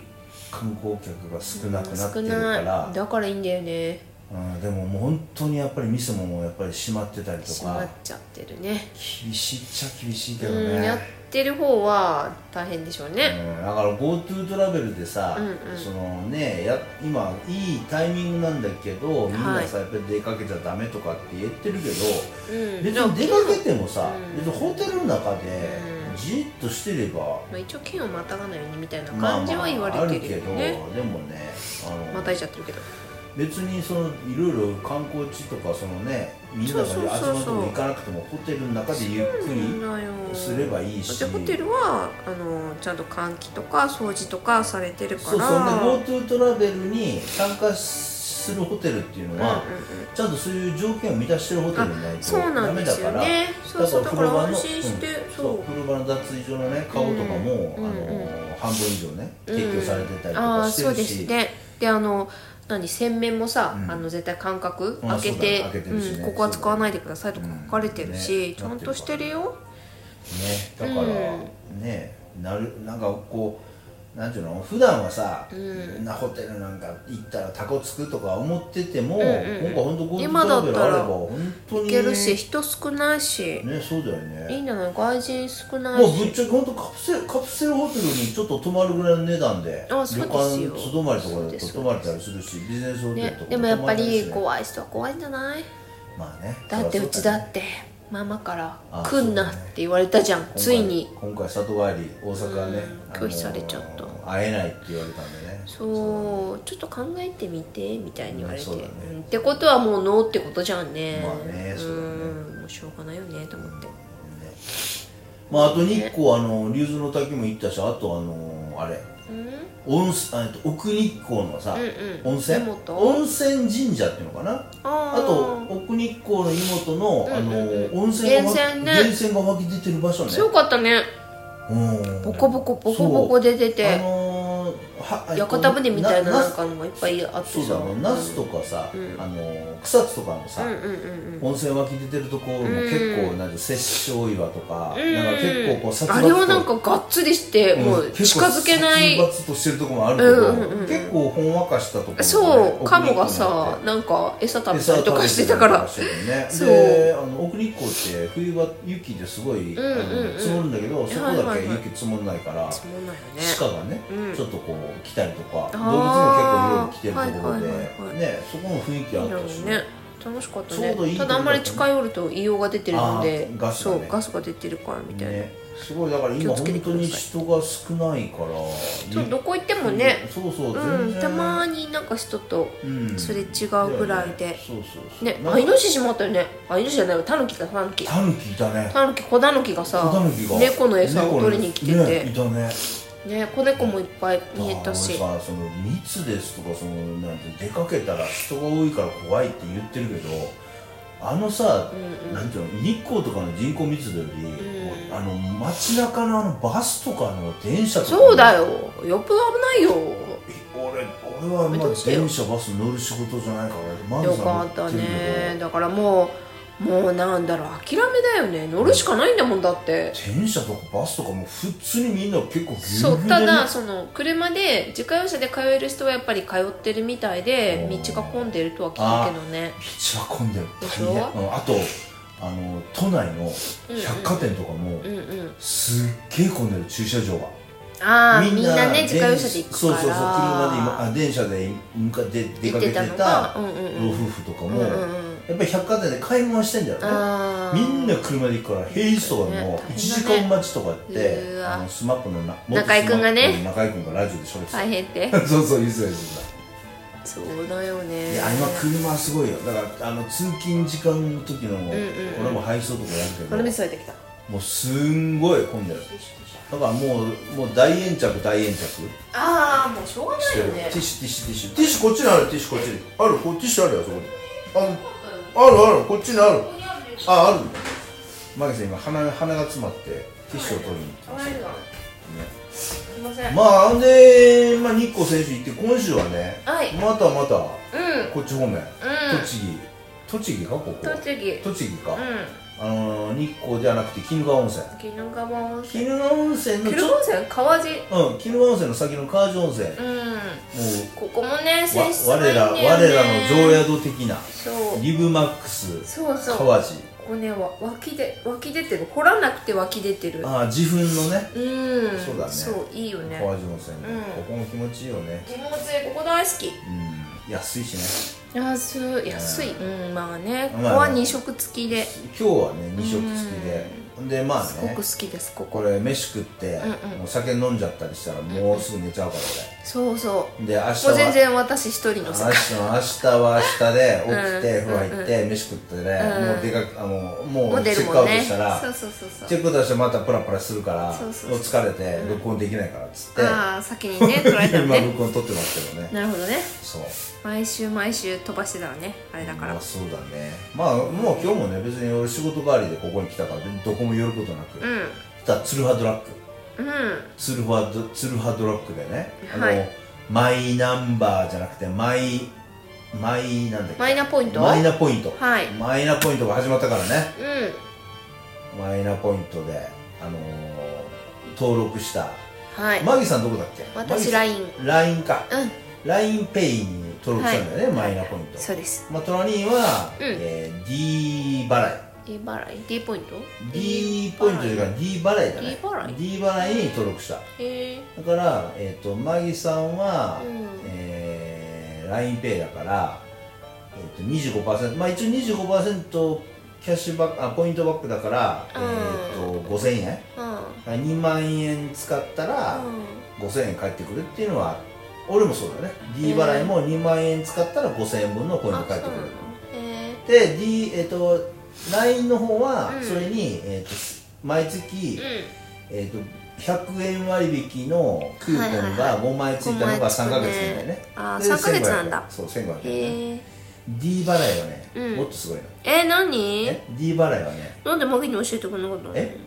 [SPEAKER 3] 観光客が少なくなって
[SPEAKER 2] 少
[SPEAKER 3] るから
[SPEAKER 2] な、いだからいいんだよね
[SPEAKER 3] うん、でももう本当にやっぱり店ももうやっぱり閉まってたりと
[SPEAKER 2] 閉ま
[SPEAKER 3] か
[SPEAKER 2] っちゃってるね
[SPEAKER 3] 厳しいっちゃ厳しいけどね、う
[SPEAKER 2] うんんやってる方は大変でしょうね、
[SPEAKER 3] だから GoTo トラベルでさ、
[SPEAKER 2] うんうん
[SPEAKER 3] そのねや今いいタイミングなんだけどみんなさ、やっぱり出かけちゃダメとかって言ってるけど、
[SPEAKER 2] うん
[SPEAKER 3] 別に出かけてもさ、
[SPEAKER 2] うん
[SPEAKER 3] 別にホテルの中で
[SPEAKER 2] うん
[SPEAKER 3] じっとしてれば、
[SPEAKER 2] まあ、一応県をまたがないようにみたいな
[SPEAKER 3] まあ
[SPEAKER 2] 感じは言わ
[SPEAKER 3] まああ
[SPEAKER 2] れ
[SPEAKER 3] る
[SPEAKER 2] てる
[SPEAKER 3] け
[SPEAKER 2] よ
[SPEAKER 3] ど、
[SPEAKER 2] ね、
[SPEAKER 3] でもねあの
[SPEAKER 2] またいちゃってるけど
[SPEAKER 3] 別にそのいろいろ観光地とかそのねみんなが集
[SPEAKER 2] そうそう
[SPEAKER 3] ま
[SPEAKER 2] そうそう
[SPEAKER 3] っても行かなくてもホテルの中でゆっくり
[SPEAKER 2] だよ
[SPEAKER 3] すればいいし
[SPEAKER 2] でホテルはあのちゃんと換気とか掃除とかされてるから
[SPEAKER 3] そうそうで GoTo トラベルに参加するホテルっていうのは、
[SPEAKER 2] うんうんうん
[SPEAKER 3] ちゃんとそういう条件を満たしてるホテルにないと
[SPEAKER 2] そう
[SPEAKER 3] ダ
[SPEAKER 2] なん
[SPEAKER 3] メ
[SPEAKER 2] で
[SPEAKER 3] だ
[SPEAKER 2] す
[SPEAKER 3] か
[SPEAKER 2] よ
[SPEAKER 3] ら。
[SPEAKER 2] ねそうそうだから
[SPEAKER 3] 風呂場の
[SPEAKER 2] 安心して、
[SPEAKER 3] うん
[SPEAKER 2] そう
[SPEAKER 3] そう風呂場の脱衣所のね顔とか
[SPEAKER 2] う
[SPEAKER 3] も、
[SPEAKER 2] んう
[SPEAKER 3] あ
[SPEAKER 2] んうん
[SPEAKER 3] の半分以上ね提供されてたりと
[SPEAKER 2] ああ
[SPEAKER 3] か
[SPEAKER 2] ー
[SPEAKER 3] して
[SPEAKER 2] そう
[SPEAKER 3] る
[SPEAKER 2] です
[SPEAKER 3] し、
[SPEAKER 2] ねであの何洗面もさ、
[SPEAKER 3] うん
[SPEAKER 2] あの絶対間隔
[SPEAKER 3] うん
[SPEAKER 2] 開けて
[SPEAKER 3] そうだね開けてるしね
[SPEAKER 2] うんここは使わないでくださいとか書かれてるし、
[SPEAKER 3] うんね
[SPEAKER 2] ちゃんとしてるよ
[SPEAKER 3] ねだから、ねなるなんかこうなんていうの普段はさ、
[SPEAKER 2] ん
[SPEAKER 3] なホテルなんか行ったらタコつくとか思ってても、
[SPEAKER 2] んうん
[SPEAKER 3] 今回本当ゴール
[SPEAKER 2] 今だっ
[SPEAKER 3] ドベ
[SPEAKER 2] たら
[SPEAKER 3] ルあれば本当に
[SPEAKER 2] いけるし人少ないし、
[SPEAKER 3] ねそうだよ
[SPEAKER 2] いい
[SPEAKER 3] ね
[SPEAKER 2] んじゃない外人少ない
[SPEAKER 3] もうぶっ
[SPEAKER 2] し
[SPEAKER 3] ちゃけ本当カプセルカプセルホテルにちょっと泊まるぐらいの値段で
[SPEAKER 2] あそうですよ
[SPEAKER 3] 旅館泊まりとかで泊まれたりするしビジネスホテルとか
[SPEAKER 2] ね、でもやっぱり
[SPEAKER 3] う
[SPEAKER 2] 怖い人は怖いんじゃない
[SPEAKER 3] まあね
[SPEAKER 2] だってうち
[SPEAKER 3] そりゃ
[SPEAKER 2] だ
[SPEAKER 3] そうよね
[SPEAKER 2] ってママから「
[SPEAKER 3] あ
[SPEAKER 2] 来んな」っ
[SPEAKER 3] そうだね
[SPEAKER 2] て言われたじゃん、
[SPEAKER 3] 今回
[SPEAKER 2] ついに
[SPEAKER 3] 今回里帰り大阪ね
[SPEAKER 2] うん拒否されちゃった
[SPEAKER 3] あのー会えないって言われたんでね
[SPEAKER 2] そうちょっと考えてみてみたいに言われて、
[SPEAKER 3] うんそうだね
[SPEAKER 2] うんってことはもうノーってことじゃんね
[SPEAKER 3] まあねそうだね
[SPEAKER 2] んもうしょうがないよねと思って
[SPEAKER 3] ねまああと日光あの竜頭の滝も行ったしあとあのーあれ
[SPEAKER 2] うんうん
[SPEAKER 3] 温泉あえっと奥日光のさ、
[SPEAKER 2] うん
[SPEAKER 3] 温泉
[SPEAKER 2] 湯本
[SPEAKER 3] 温泉神社っていうのかな
[SPEAKER 2] あ
[SPEAKER 3] あと奥日光の湯本の、あのー
[SPEAKER 2] うんうんうん
[SPEAKER 3] 温泉が湧き
[SPEAKER 2] 源泉ね
[SPEAKER 3] 源泉が湧き出てる場所ね
[SPEAKER 2] すごかったね
[SPEAKER 3] うん
[SPEAKER 2] ボコボコボコボコ出て
[SPEAKER 3] そうあ
[SPEAKER 2] て、
[SPEAKER 3] のーはえっと
[SPEAKER 2] 屋形船みたいな
[SPEAKER 3] な
[SPEAKER 2] なんかのもいっぱいあって
[SPEAKER 3] そうだね、ナスとかさ、
[SPEAKER 2] うん
[SPEAKER 3] あのー草津とかのさ、
[SPEAKER 2] うんうんうんうん
[SPEAKER 3] 温泉湧き出てるところも結構なんか殺生岩とか、
[SPEAKER 2] うん
[SPEAKER 3] なんか結構こう殺
[SPEAKER 2] あ
[SPEAKER 3] 伐
[SPEAKER 2] れ
[SPEAKER 3] と
[SPEAKER 2] はなんかがっつりして、もう近づけない
[SPEAKER 3] 結構殺伐としてるところもあるけど、
[SPEAKER 2] うんうんうん
[SPEAKER 3] 結構ほんわかしたところ、
[SPEAKER 2] そうカモが
[SPEAKER 3] 奥
[SPEAKER 2] さ
[SPEAKER 3] 日
[SPEAKER 2] なんか餌食
[SPEAKER 3] 光
[SPEAKER 2] べたりとかしてたから
[SPEAKER 3] 餌食べてたりとかし
[SPEAKER 2] そ
[SPEAKER 3] て
[SPEAKER 2] う
[SPEAKER 3] るねであの奥日光って冬は雪ですごい、
[SPEAKER 2] うんうんうん
[SPEAKER 3] あの積もるんだけどそこだ
[SPEAKER 2] はい
[SPEAKER 3] け
[SPEAKER 2] はいはい
[SPEAKER 3] 雪積もらないから、
[SPEAKER 2] そうなんよね
[SPEAKER 3] 鹿がね、
[SPEAKER 2] うん
[SPEAKER 3] ちょっとこう来たりとか動物
[SPEAKER 2] あー
[SPEAKER 3] も結構いろいろ来てるところで、
[SPEAKER 2] はいはいはいはい
[SPEAKER 3] ねそこも雰囲気あ
[SPEAKER 2] いい
[SPEAKER 3] っ
[SPEAKER 2] だろう
[SPEAKER 3] たし
[SPEAKER 2] ね楽しかった
[SPEAKER 3] ちょうどい
[SPEAKER 2] ね
[SPEAKER 3] い
[SPEAKER 2] ただあんまり近寄ると硫黄が出てるので
[SPEAKER 3] あーガスが
[SPEAKER 2] そ
[SPEAKER 3] ね
[SPEAKER 2] うガスが出てるからみたいな
[SPEAKER 3] ね、すごいだから
[SPEAKER 2] 気を
[SPEAKER 3] 今
[SPEAKER 2] つけてくだ
[SPEAKER 3] 本
[SPEAKER 2] さい
[SPEAKER 3] 当に人が少ないから
[SPEAKER 2] ちょっとどこ行って
[SPEAKER 3] で
[SPEAKER 2] もね
[SPEAKER 3] そうそうう、全
[SPEAKER 2] ん
[SPEAKER 3] 然
[SPEAKER 2] たまになんか人と
[SPEAKER 3] うん
[SPEAKER 2] すれ違うぐらいで
[SPEAKER 3] そうそうそう
[SPEAKER 2] ね
[SPEAKER 3] なん
[SPEAKER 2] あ
[SPEAKER 3] か
[SPEAKER 2] イノシシもあったよねあイノシシじゃないわタヌキかタヌキ
[SPEAKER 3] タヌキいたね
[SPEAKER 2] タヌキ子タヌキがさ
[SPEAKER 3] タヌキが
[SPEAKER 2] 猫の餌を取りに来て
[SPEAKER 3] 猫のねい
[SPEAKER 2] て
[SPEAKER 3] たね
[SPEAKER 2] ね子猫もいっぱい見えたし
[SPEAKER 3] だから俺さその密ですとかそのなんて出かけたら人が多いから怖いって言ってるけどあのさ、
[SPEAKER 2] うんうん
[SPEAKER 3] なんていうの日光とかの人口密度より、
[SPEAKER 2] ん
[SPEAKER 3] もうあの街中のあのバスとかの電車とかの
[SPEAKER 2] そうだよよっぽど危ないよ
[SPEAKER 3] 俺俺はまあ
[SPEAKER 2] どうしてよ
[SPEAKER 3] 電車バス乗る仕事じゃないからマ
[SPEAKER 2] よかったねだからもうもうなんだろう諦めだよね乗るしかないんだもんだって
[SPEAKER 3] 電車とかバスとかもう普通にみんな結構ギュ
[SPEAKER 2] そ
[SPEAKER 3] ウ
[SPEAKER 2] う
[SPEAKER 3] ギュウ
[SPEAKER 2] た
[SPEAKER 3] でね
[SPEAKER 2] だその車で自家用車で通える人はやっぱり通ってるみたいで
[SPEAKER 3] うん
[SPEAKER 2] 道が混んでるとは聞くけどね
[SPEAKER 3] 道は混んでる
[SPEAKER 2] でしょ
[SPEAKER 3] 大変うんあとあの都内の百貨店とかも
[SPEAKER 2] うんうん
[SPEAKER 3] すっげえ混んでる駐車場が
[SPEAKER 2] あーみんなね自家用車で行くから
[SPEAKER 3] そうそうそう車で今あ電車で向かって出かけて
[SPEAKER 2] 行って
[SPEAKER 3] た
[SPEAKER 2] たのがうんうんうん
[SPEAKER 3] 老夫婦とか
[SPEAKER 2] う
[SPEAKER 3] も、
[SPEAKER 2] んうんうん
[SPEAKER 3] やっぱり百貨店で買い物してんだよね
[SPEAKER 2] あー
[SPEAKER 3] みんな車で行くから平日とかで
[SPEAKER 2] ね
[SPEAKER 3] も1時間待ちとかっ
[SPEAKER 2] うー
[SPEAKER 3] て、
[SPEAKER 2] わ
[SPEAKER 3] あのスマップのな元
[SPEAKER 2] 中居君がね
[SPEAKER 3] スマップの中居君がラジオで喋ってた、
[SPEAKER 2] 大変って
[SPEAKER 3] そうそう言ってた言ってた
[SPEAKER 2] そうだよね
[SPEAKER 3] いや今車はすごいよだからあの通勤時間の時の、
[SPEAKER 2] んうん
[SPEAKER 3] 俺も配送とかやるけど
[SPEAKER 2] これ見添えてきた
[SPEAKER 3] もうすんごい混んでるだからもうもう大円着大円着し
[SPEAKER 2] ああもうしょうがない
[SPEAKER 3] て
[SPEAKER 2] よ
[SPEAKER 3] るテ
[SPEAKER 2] ね
[SPEAKER 3] ィッシュティッシュティッシュティッシュこっちにあるティッシュこっちにあるこっちティッシュあるよあそこにあるあるあるこっちにあるああるマギさん今鼻鼻が詰まってティッシュを取りに行ってます
[SPEAKER 2] あすいません
[SPEAKER 3] ねまあで、まあ、日光選手行って今週はね、
[SPEAKER 2] はい
[SPEAKER 3] またまた
[SPEAKER 2] うん
[SPEAKER 3] こっち方面、栃木栃木かここ
[SPEAKER 2] 栃木
[SPEAKER 3] 栃木か、
[SPEAKER 2] うん
[SPEAKER 3] あのー日光ではなくて鬼怒川温泉
[SPEAKER 2] 鬼怒川温
[SPEAKER 3] 鬼
[SPEAKER 2] 泉
[SPEAKER 3] 怒川温泉の
[SPEAKER 2] 鬼
[SPEAKER 3] ち
[SPEAKER 2] 怒
[SPEAKER 3] ょ
[SPEAKER 2] 川温泉川路
[SPEAKER 3] うん鬼怒川温泉の先の川治温泉、も
[SPEAKER 2] うん
[SPEAKER 3] う
[SPEAKER 2] ここもね
[SPEAKER 3] わ
[SPEAKER 2] 選出がいい
[SPEAKER 3] 我
[SPEAKER 2] んだ
[SPEAKER 3] ら
[SPEAKER 2] よね
[SPEAKER 3] 我らの常宿的な
[SPEAKER 2] そう
[SPEAKER 3] リブマックス
[SPEAKER 2] そうそうこ
[SPEAKER 3] 川治
[SPEAKER 2] こねわ湧きで湧き出てる掘らなくて湧き出てる
[SPEAKER 3] ああ自分のね
[SPEAKER 2] うん
[SPEAKER 3] そうだね
[SPEAKER 2] そういいよね
[SPEAKER 3] 川治温泉、
[SPEAKER 2] うん
[SPEAKER 3] ここも気持ちいいよね
[SPEAKER 2] 気持ちいいここ大好き
[SPEAKER 3] うん安いしね
[SPEAKER 2] 安い安いうんまあねこ
[SPEAKER 3] まあ
[SPEAKER 2] こは2食付きで
[SPEAKER 3] 今日はね2食付きで、でまあ
[SPEAKER 2] すごく
[SPEAKER 3] ね
[SPEAKER 2] 好きですこ
[SPEAKER 3] こ
[SPEAKER 2] こ
[SPEAKER 3] れ飯食って、
[SPEAKER 2] うんうん
[SPEAKER 3] もう酒飲んじゃったりしたらもうすぐ寝ちゃうから
[SPEAKER 2] そうそう
[SPEAKER 3] 俺で明日
[SPEAKER 2] もう全
[SPEAKER 3] は
[SPEAKER 2] 然私一人
[SPEAKER 3] 明
[SPEAKER 2] の
[SPEAKER 3] 日
[SPEAKER 2] 世界
[SPEAKER 3] 明日は明日で起きて、
[SPEAKER 2] うん
[SPEAKER 3] 風呂入って、飯食ってね、もう出かけあのも
[SPEAKER 2] も
[SPEAKER 3] う
[SPEAKER 2] う
[SPEAKER 3] チ
[SPEAKER 2] 出
[SPEAKER 3] ェ
[SPEAKER 2] る
[SPEAKER 3] ッ
[SPEAKER 2] も
[SPEAKER 3] クア
[SPEAKER 2] ん
[SPEAKER 3] ウト
[SPEAKER 2] ね
[SPEAKER 3] したら、
[SPEAKER 2] そうそうそうそう
[SPEAKER 3] チェックアウトしてまたプラプラするから
[SPEAKER 2] そうそうそう
[SPEAKER 3] 疲れて録音できないからっつって、
[SPEAKER 2] ああ先にね取られたの
[SPEAKER 3] 今
[SPEAKER 2] ね
[SPEAKER 3] 録音撮ってますけどね
[SPEAKER 2] なるほどね
[SPEAKER 3] そう
[SPEAKER 2] 毎週毎週飛ばしてたのねあれだか
[SPEAKER 3] ま
[SPEAKER 2] ら
[SPEAKER 3] あそうだねまあもう今日もね別に俺仕事帰りでここに来たからどこも寄ることなく、
[SPEAKER 2] うん
[SPEAKER 3] ただツルハドラッグ
[SPEAKER 2] うん
[SPEAKER 3] ツルハドツルハドラッグでねあの、
[SPEAKER 2] はい
[SPEAKER 3] マイナンバーじゃなくてマイマイなんだっけ
[SPEAKER 2] マイナポイント
[SPEAKER 3] マイナポイント
[SPEAKER 2] はい
[SPEAKER 3] マイナポイントが始まったからね
[SPEAKER 2] うん
[SPEAKER 3] マイナポイントで、あのー登録した
[SPEAKER 2] はい
[SPEAKER 3] マギさんどこだっけ
[SPEAKER 2] 私
[SPEAKER 3] マギ
[SPEAKER 2] LINE
[SPEAKER 3] さん LINE か
[SPEAKER 2] うん
[SPEAKER 3] LINEPay に登録したんだよね、マイナポイント
[SPEAKER 2] そうです
[SPEAKER 3] まあ、隣は、
[SPEAKER 2] うん
[SPEAKER 3] えー D 払い
[SPEAKER 2] D 払い D ポイント
[SPEAKER 3] D ポイントというか D 払いだね
[SPEAKER 2] D 払い
[SPEAKER 3] D 払いに登録した
[SPEAKER 2] へえ
[SPEAKER 3] だから、えー、とマギさんは、
[SPEAKER 2] うん
[SPEAKER 3] えー、LINEPay だから、えー、と25%まあ一応25%キャッシュバックあポイントバックだから、
[SPEAKER 2] うん
[SPEAKER 3] えー、と5000円
[SPEAKER 2] うん
[SPEAKER 3] 2万円使ったら5000円返ってくるっていうのは俺もそうだよね D 払いも2万円使ったら5000円分のポイント返ってくる
[SPEAKER 2] え
[SPEAKER 3] で D えっ、と LINE の方は
[SPEAKER 2] うん
[SPEAKER 3] それに、えっと毎月、
[SPEAKER 2] う
[SPEAKER 3] えっと100円割引のクーポン
[SPEAKER 2] はい
[SPEAKER 3] が5枚ついたのが3ヶ月みたいね,で、
[SPEAKER 2] んああ3ヶ月なんだ
[SPEAKER 3] 1500そう1500円、ね、
[SPEAKER 2] へえ
[SPEAKER 3] D 払いはね、
[SPEAKER 2] うん
[SPEAKER 3] もっとすごいの
[SPEAKER 2] え何
[SPEAKER 3] え D 払いはね
[SPEAKER 2] なんでマギに教えてくれなかったの
[SPEAKER 3] え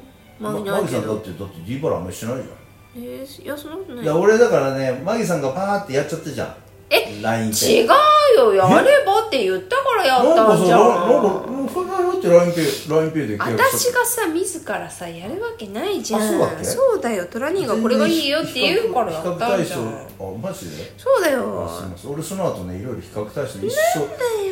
[SPEAKER 2] マギに
[SPEAKER 3] ま
[SPEAKER 2] ア
[SPEAKER 3] マ
[SPEAKER 2] ン
[SPEAKER 3] ギ
[SPEAKER 2] ケ
[SPEAKER 3] さ
[SPEAKER 2] ー
[SPEAKER 3] んだっ
[SPEAKER 2] ト
[SPEAKER 3] てだって D 払いあんまりしてないじゃん
[SPEAKER 2] えーいやそんなことない
[SPEAKER 3] いや俺だからねマギさんがパーってやっちゃったじゃん
[SPEAKER 2] え
[SPEAKER 3] LINE
[SPEAKER 2] 違うよやればって言ったからや
[SPEAKER 3] なん
[SPEAKER 2] った
[SPEAKER 3] か
[SPEAKER 2] ん
[SPEAKER 3] さ
[SPEAKER 2] じゃ
[SPEAKER 3] なん
[SPEAKER 2] ん
[SPEAKER 3] かもうそれだよって LINEPay LINEPay で契約
[SPEAKER 2] 私
[SPEAKER 3] し
[SPEAKER 2] がさ自らさやるわけないじゃん
[SPEAKER 3] あそうだっけ
[SPEAKER 2] そうだよトラ兄がこれがいいよって言うからやったんじゃん
[SPEAKER 3] 比較対象あマジで
[SPEAKER 2] そうだ
[SPEAKER 3] あすい
[SPEAKER 2] よ
[SPEAKER 3] ません俺その後ねいろいろ比較対象で一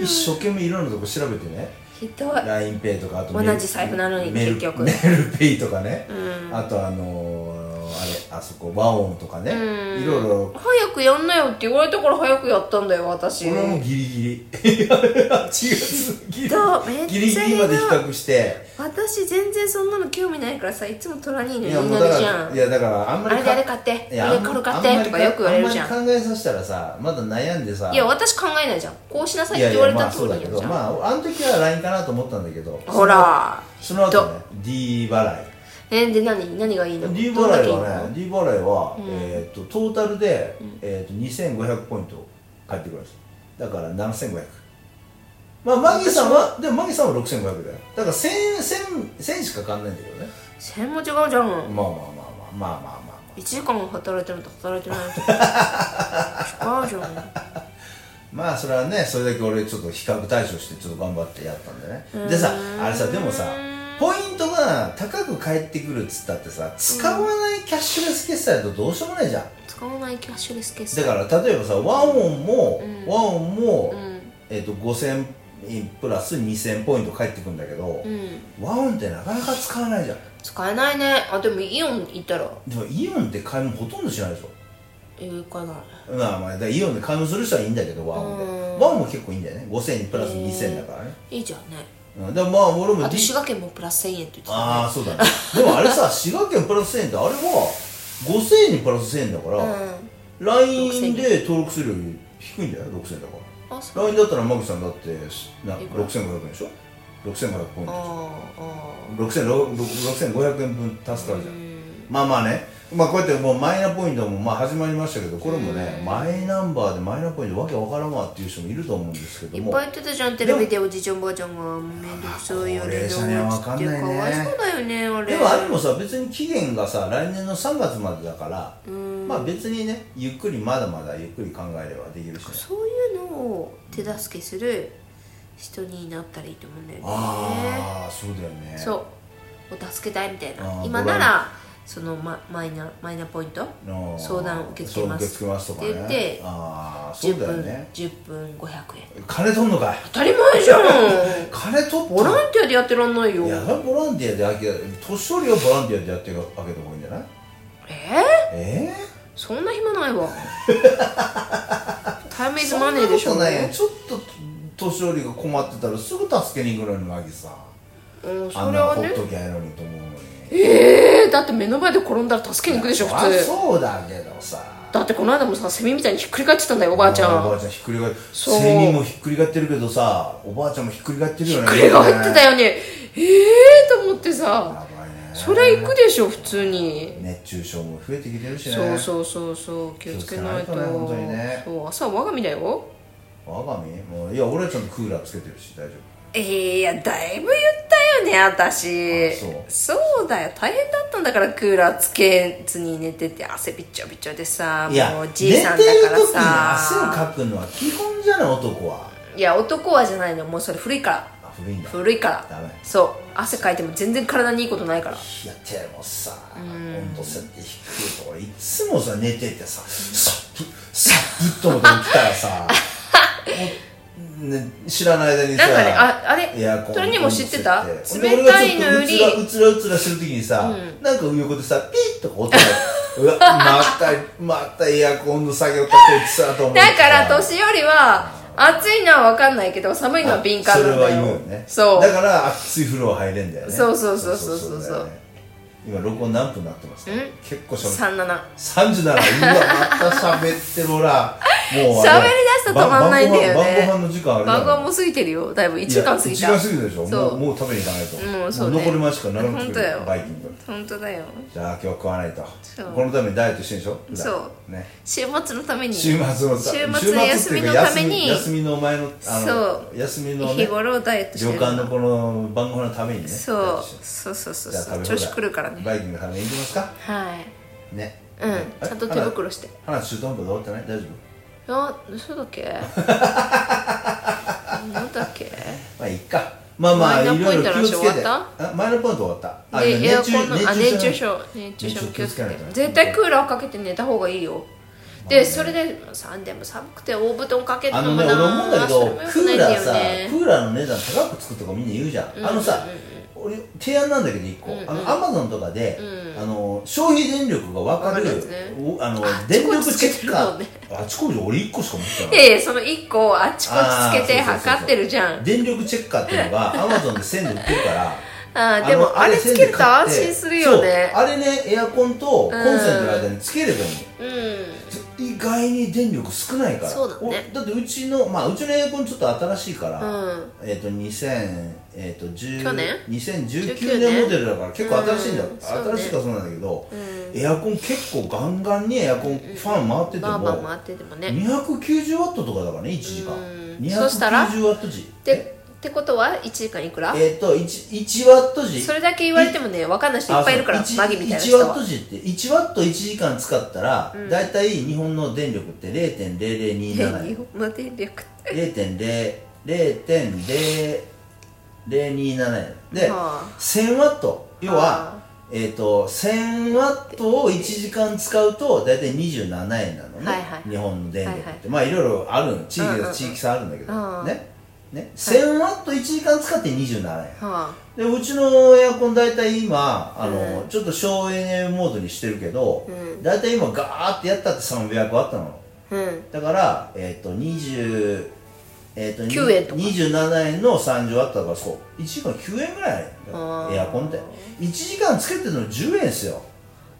[SPEAKER 3] 生一生懸命いろんなとこ調べてね
[SPEAKER 2] ひどい
[SPEAKER 3] LINEPay とかあとメル
[SPEAKER 2] 同じ財布なのに
[SPEAKER 3] メル
[SPEAKER 2] 結局
[SPEAKER 3] メルペイとかね
[SPEAKER 2] うん
[SPEAKER 3] あとあのーあれあそこ和音とかね
[SPEAKER 2] うん
[SPEAKER 3] いろいろ
[SPEAKER 2] 早くやんなよって言われたから早くやったんだよ私
[SPEAKER 3] 俺はもう
[SPEAKER 2] だ
[SPEAKER 3] ギリギリ8月ギリ
[SPEAKER 2] めっ
[SPEAKER 3] ギリ
[SPEAKER 2] ち
[SPEAKER 3] ギ
[SPEAKER 2] ゃ
[SPEAKER 3] リまで比
[SPEAKER 2] 嫌
[SPEAKER 3] 較して
[SPEAKER 2] 私全然そんなの興味ないからさいつもトラ兄の
[SPEAKER 3] い
[SPEAKER 2] 言
[SPEAKER 3] や
[SPEAKER 2] い
[SPEAKER 3] も
[SPEAKER 2] な
[SPEAKER 3] うだ
[SPEAKER 2] り
[SPEAKER 3] か
[SPEAKER 2] じゃ
[SPEAKER 3] ら
[SPEAKER 2] ん
[SPEAKER 3] いやだからあんまり
[SPEAKER 2] あれ
[SPEAKER 3] か
[SPEAKER 2] あれ買って
[SPEAKER 3] いや
[SPEAKER 2] あれこれ買ってとかよく言われるじゃん
[SPEAKER 3] あんまり考えさせたらさまだ悩んでさ
[SPEAKER 2] いや私考えないじゃんこうしなさいって
[SPEAKER 3] いやい
[SPEAKER 2] 言わ
[SPEAKER 3] や
[SPEAKER 2] れ
[SPEAKER 3] ま
[SPEAKER 2] た
[SPEAKER 3] あ
[SPEAKER 2] 通
[SPEAKER 3] そう
[SPEAKER 2] り
[SPEAKER 3] だ
[SPEAKER 2] に
[SPEAKER 3] け
[SPEAKER 2] や
[SPEAKER 3] ど
[SPEAKER 2] るじゃん、
[SPEAKER 3] まああの時は LINE かなと思ったんだけど
[SPEAKER 2] ほら
[SPEAKER 3] その後ね D 払い
[SPEAKER 2] えで何何がいいの
[SPEAKER 3] D 払い
[SPEAKER 2] どんだけいい
[SPEAKER 3] は
[SPEAKER 2] の
[SPEAKER 3] ね D 払いは、えー、とトータルで、えー、と2500ポイント返ってくるんですよだから7500まあマギさんはでもマギさんは6500だよだから1000 1000 1000しか変わんないんだけどね
[SPEAKER 2] 線も違うじゃん
[SPEAKER 3] まあまあまあまあまあまあまあ
[SPEAKER 2] 1時間も働いてると働いてないのと違うじゃ ん
[SPEAKER 3] まあそれはねそれだけ俺ちょっと比較対象してちょっと頑張ってやったんだねでさあれさでもさポイントが高く返ってくるっつったってさ使わないキャッシュレス決済だとどうしようもないじゃん
[SPEAKER 2] 使わないキャッシュレス決済
[SPEAKER 3] だから例えばさワンオンも、
[SPEAKER 2] うん
[SPEAKER 3] ワンオンも、
[SPEAKER 2] うん
[SPEAKER 3] えっと5000プラス2000ポイント返ってくるんだけど、
[SPEAKER 2] うん
[SPEAKER 3] ワンオンってなかなか使わないじゃん
[SPEAKER 2] 使えないねあでもイオン行ったら
[SPEAKER 3] でもイオンって買い物ほとんどしないでしょ
[SPEAKER 2] 言うかな
[SPEAKER 3] まあまあだからイオンで買い物する人はいいんだけどワンで
[SPEAKER 2] うん
[SPEAKER 3] ワンも結構いいんだよね5000プラス2000だからね、
[SPEAKER 2] いいじゃんね
[SPEAKER 3] うん、でもまあ俺も
[SPEAKER 2] あと
[SPEAKER 3] D-
[SPEAKER 2] 滋賀県もプラス1000円って言って
[SPEAKER 3] ああ
[SPEAKER 2] た
[SPEAKER 3] そうだねでもあれさ滋賀県プラス1000円ってあれは5000円にプラス1000円だから、
[SPEAKER 2] ね
[SPEAKER 3] LINE で登録するより低いんだよ6000だか
[SPEAKER 2] うんあそ
[SPEAKER 3] ら
[SPEAKER 2] う
[SPEAKER 3] LINE だったらマグさんだってな
[SPEAKER 2] えこれ
[SPEAKER 3] 6500円でしょ6500ポイン
[SPEAKER 2] あ
[SPEAKER 3] ト
[SPEAKER 2] あ
[SPEAKER 3] 6500円分助かるじゃん、
[SPEAKER 2] うん
[SPEAKER 3] まあまあねまあこうやってもうマイナポイントもまあ始まりましたけどこれもね
[SPEAKER 2] うん
[SPEAKER 3] マイナンバーでマイナポイントわけわからんわっていう人もいると思うんですけど
[SPEAKER 2] いっ
[SPEAKER 3] も
[SPEAKER 2] ぱい言ってたじゃんテレビでおじいちゃんおばあちゃんがもうめんどくさいよ
[SPEAKER 3] あー高
[SPEAKER 2] ね
[SPEAKER 3] 齢者にはわかんないね
[SPEAKER 2] かわいそうだよねあれ
[SPEAKER 3] でもあれもさ別に期限がさ来年の3月までだから
[SPEAKER 2] うん
[SPEAKER 3] まあ別にねゆっくりまだまだゆっくり考えればできるしね
[SPEAKER 2] そういうのを手助けする人になったらいいと思うんだよね
[SPEAKER 3] ああそうだよね
[SPEAKER 2] そうお助けたいみたい
[SPEAKER 3] あ
[SPEAKER 2] な
[SPEAKER 3] ー
[SPEAKER 2] 今ならそのママイナマイナポイント
[SPEAKER 3] の
[SPEAKER 2] 相談受け付けます
[SPEAKER 3] そう受け付けますとかね
[SPEAKER 2] って言って
[SPEAKER 3] ああそ
[SPEAKER 2] 10
[SPEAKER 3] うだよ
[SPEAKER 2] 分、
[SPEAKER 3] ね
[SPEAKER 2] 10分500円
[SPEAKER 3] 金取んのかい
[SPEAKER 2] 当たり前じゃん
[SPEAKER 3] 金取っ
[SPEAKER 2] ボランティアでやってらんないよ
[SPEAKER 3] いやボランティアであげ年寄りはボランティアでやってるわけでもいいんじゃない
[SPEAKER 2] えー、
[SPEAKER 3] ええ
[SPEAKER 2] そんな暇ない わタイムイズマネーでしょ
[SPEAKER 3] そんなことないよちょっと年寄りが困ってたらすぐ助けに行くのにマギさ
[SPEAKER 2] うん、
[SPEAKER 3] あ
[SPEAKER 2] そ
[SPEAKER 3] ん
[SPEAKER 2] れ
[SPEAKER 3] な
[SPEAKER 2] は
[SPEAKER 3] ほっ
[SPEAKER 2] ね
[SPEAKER 3] ときゃいいのにと思うのに
[SPEAKER 2] えー、だって目の前で転んだら助けに行くでしょ普
[SPEAKER 3] あ
[SPEAKER 2] 通
[SPEAKER 3] そうだけどさ
[SPEAKER 2] だってこの間もさセミみたいにひっくり返ってたんだよおばあちゃ
[SPEAKER 3] おば
[SPEAKER 2] ん
[SPEAKER 3] あちゃんひっくり返って
[SPEAKER 2] そう
[SPEAKER 3] セミもひっくり返ってるけどさおばあちゃんもひっくり返ってるよね
[SPEAKER 2] ひっくり返ってた
[SPEAKER 3] よ
[SPEAKER 2] よねえー、と思ってさ
[SPEAKER 3] やばいね
[SPEAKER 2] それ行くでしょ普通に
[SPEAKER 3] 熱中症も増えてきてるしね
[SPEAKER 2] そうそうそうそう気をつけないと
[SPEAKER 3] 気をつけないとね本当にね
[SPEAKER 2] そう朝は我が身だよ
[SPEAKER 3] 我が身もういや俺はちゃんとクーラーつけてるし大丈
[SPEAKER 2] えー、いやだいぶ言ったよね私
[SPEAKER 3] あそう
[SPEAKER 2] そうだよ大変だったんだからクーラーつけずに寝てて汗びっちょびちょでさ
[SPEAKER 3] 夫いや
[SPEAKER 2] もう
[SPEAKER 3] 寝て
[SPEAKER 2] じ
[SPEAKER 3] る
[SPEAKER 2] い
[SPEAKER 3] 時に
[SPEAKER 2] さんだから
[SPEAKER 3] 汗を
[SPEAKER 2] さ
[SPEAKER 3] かくのは基本じゃない男はい
[SPEAKER 2] や男はじゃないのもうそれ古いから
[SPEAKER 3] あ古いんだ
[SPEAKER 2] 古いから
[SPEAKER 3] ダメ
[SPEAKER 2] そう汗かいても全然体にいいことないから
[SPEAKER 3] いやでもさ温度設定低いところいつもさ寝ててさサップサップと思って起きた らさもうね知らない間に
[SPEAKER 2] な
[SPEAKER 3] さ
[SPEAKER 2] んかねああれ
[SPEAKER 3] エアコン
[SPEAKER 2] それにも知ってた
[SPEAKER 3] 温度設定
[SPEAKER 2] 冷たいのより
[SPEAKER 3] で俺がちょっとうつらうつらうつらするときにさ、なんか横でさピッとか音がうわまたまたエアコンの作業かこいつさと思ってさ
[SPEAKER 2] だから年よりは暑いのは分かんないけど寒いのは敏感なんだ
[SPEAKER 3] それは言う
[SPEAKER 2] よ
[SPEAKER 3] よね
[SPEAKER 2] そう
[SPEAKER 3] だから熱い風呂は入れんだよね
[SPEAKER 2] そうそうそうそうそうそう
[SPEAKER 3] だよね今録音何分になってますか
[SPEAKER 2] ん
[SPEAKER 3] 結構しゃべ
[SPEAKER 2] 37喋
[SPEAKER 3] 三十七うわまた喋ってるほらもう
[SPEAKER 2] り
[SPEAKER 3] あれ
[SPEAKER 2] 出すと止まんないんだよね
[SPEAKER 3] 晩晩ご飯晩ご飯の時間あれだ
[SPEAKER 2] 晩ご飯もう過ぎてるよだいぶ1時間過ぎ
[SPEAKER 3] 1
[SPEAKER 2] た
[SPEAKER 3] 時間過ぎたでしょ
[SPEAKER 2] そ
[SPEAKER 3] も
[SPEAKER 2] う
[SPEAKER 3] うもう食べに行かないと
[SPEAKER 2] もうそうね
[SPEAKER 3] も残りますから並ぶ
[SPEAKER 2] 本当だよ
[SPEAKER 3] バイキング
[SPEAKER 2] 本当だよ
[SPEAKER 3] じゃあ今日は食わないと
[SPEAKER 2] そう
[SPEAKER 3] このためにダイエットしてんでしょ普段
[SPEAKER 2] そう
[SPEAKER 3] ね
[SPEAKER 2] 週末のために
[SPEAKER 3] 週末の
[SPEAKER 2] 週末の
[SPEAKER 3] 週末
[SPEAKER 2] 休
[SPEAKER 3] ってい
[SPEAKER 2] み
[SPEAKER 3] うか
[SPEAKER 2] のために
[SPEAKER 3] 休み休みの前のあの
[SPEAKER 2] そう
[SPEAKER 3] 休みの
[SPEAKER 2] 日
[SPEAKER 3] ね
[SPEAKER 2] 頃ダイエットして
[SPEAKER 3] 旅
[SPEAKER 2] る
[SPEAKER 3] 館のこの晩ご飯のためにねダイエッ
[SPEAKER 2] そう
[SPEAKER 3] トしてる
[SPEAKER 2] そうそうそう
[SPEAKER 3] じゃあ
[SPEAKER 2] そう調
[SPEAKER 3] 食べ
[SPEAKER 2] 子
[SPEAKER 3] 放
[SPEAKER 2] くるからね
[SPEAKER 3] バイキング食べに行きますか
[SPEAKER 2] はい
[SPEAKER 3] ね
[SPEAKER 2] うんちゃんと手袋して
[SPEAKER 3] 花中途半端で終わってない大丈夫
[SPEAKER 2] あそうだ っけなんだっけ
[SPEAKER 3] まあいいかまあまあい
[SPEAKER 2] マ
[SPEAKER 3] ろ
[SPEAKER 2] イナポイ
[SPEAKER 3] い
[SPEAKER 2] ン
[SPEAKER 3] ろ
[SPEAKER 2] ト
[SPEAKER 3] 気
[SPEAKER 2] の話
[SPEAKER 3] をつけて
[SPEAKER 2] 終わ
[SPEAKER 3] あマイナポイント終わった
[SPEAKER 2] で
[SPEAKER 3] 今
[SPEAKER 2] エアコンのあ熱中
[SPEAKER 3] 症
[SPEAKER 2] 症熱中症も気をつけ
[SPEAKER 3] 熱中症気をつけない
[SPEAKER 2] て
[SPEAKER 3] とね
[SPEAKER 2] 絶対クーラーかけて寝た方がいいよ
[SPEAKER 3] まあ
[SPEAKER 2] で
[SPEAKER 3] ね
[SPEAKER 2] それでさでも寒くて大布団かけて
[SPEAKER 3] あ
[SPEAKER 2] の
[SPEAKER 3] の
[SPEAKER 2] も
[SPEAKER 3] ね
[SPEAKER 2] な
[SPEAKER 3] 俺思うんだけ
[SPEAKER 2] それ
[SPEAKER 3] ど
[SPEAKER 2] も良
[SPEAKER 3] ク
[SPEAKER 2] くないん
[SPEAKER 3] ー
[SPEAKER 2] だ
[SPEAKER 3] ラー
[SPEAKER 2] よ
[SPEAKER 3] さ
[SPEAKER 2] ね
[SPEAKER 3] クーラーの値段高くつくとかみんな言うじゃんあのさ俺提案なんだけど1個あのアマゾンとかで
[SPEAKER 2] う
[SPEAKER 3] あの消費電力が分か
[SPEAKER 2] わか
[SPEAKER 3] る
[SPEAKER 2] るやつね
[SPEAKER 3] おあの
[SPEAKER 2] あ
[SPEAKER 3] 電力チェッ
[SPEAKER 2] あ
[SPEAKER 3] カ
[SPEAKER 2] ちこちつけ
[SPEAKER 3] ーあちこち俺1個しか持ってない
[SPEAKER 2] いやいやその1個をあっちこっちつけて
[SPEAKER 3] あーそうそうそうそう
[SPEAKER 2] 測ってるじゃん
[SPEAKER 3] 電力チェッカーっていうの がアマゾンで1000で売ってるから
[SPEAKER 2] あー
[SPEAKER 3] の
[SPEAKER 2] でもあれつけると安
[SPEAKER 3] 線で買って
[SPEAKER 2] 心するよね
[SPEAKER 3] そうあれねエアコンとコンセントの間につければいいの
[SPEAKER 2] うん
[SPEAKER 3] 意外に電力少ないから
[SPEAKER 2] そうだね
[SPEAKER 3] おだってうちのまあうちのエアコンちょっと新しいから、
[SPEAKER 2] うん
[SPEAKER 3] えっ、と2000えっ、と10
[SPEAKER 2] 去年
[SPEAKER 3] 2019年モデルだから結構新しいんだ、
[SPEAKER 2] うんそうね
[SPEAKER 3] 新しいからそうなんだけど、
[SPEAKER 2] うん
[SPEAKER 3] エアコン結構ガンガンにエアコンファン回ってても、
[SPEAKER 2] バーバー回っててもね
[SPEAKER 3] 290ワットとかだからね1時間、
[SPEAKER 2] うんそしたら
[SPEAKER 3] 290ワット時
[SPEAKER 2] でってことは1時間いくら
[SPEAKER 3] えっ、と 1, 1ワット時
[SPEAKER 2] それだけ言われてもね分かんない人いっぱいいるから
[SPEAKER 3] あそう
[SPEAKER 2] マギみたいな
[SPEAKER 3] 1
[SPEAKER 2] 人
[SPEAKER 3] ワッ
[SPEAKER 2] は
[SPEAKER 3] ト時って1ワット1時間使ったら、だいたい日本の電力って
[SPEAKER 2] 日
[SPEAKER 3] 0.0027円
[SPEAKER 2] 本の電力って
[SPEAKER 3] 0.0 0.0027円で、
[SPEAKER 2] はあ
[SPEAKER 3] 1000ワット要は、
[SPEAKER 2] はあ
[SPEAKER 3] えっ、と1000ワットを1時間使うと大体27円なのね、
[SPEAKER 2] はいはい
[SPEAKER 3] 日本の電力って、
[SPEAKER 2] はいはい
[SPEAKER 3] まあいろいろある地域
[SPEAKER 2] うんうんう
[SPEAKER 3] が
[SPEAKER 2] ん
[SPEAKER 3] 地域差あるんだけど、
[SPEAKER 2] うん
[SPEAKER 3] ねね、1000ワット1時間使って27円
[SPEAKER 2] は
[SPEAKER 3] でうちのエアコン大体今あの、
[SPEAKER 2] うん
[SPEAKER 3] ちょっと省エネモードにしてるけど、
[SPEAKER 2] うん
[SPEAKER 3] 大体今ガーってやったって300ワットなの
[SPEAKER 2] あうん
[SPEAKER 3] だからえっ、と20えっ、と
[SPEAKER 2] 9円とか
[SPEAKER 3] 27円の30ワットだからそう1時間9円ぐらい
[SPEAKER 2] あー
[SPEAKER 3] エアコンって1時間つけてるの10円ですよ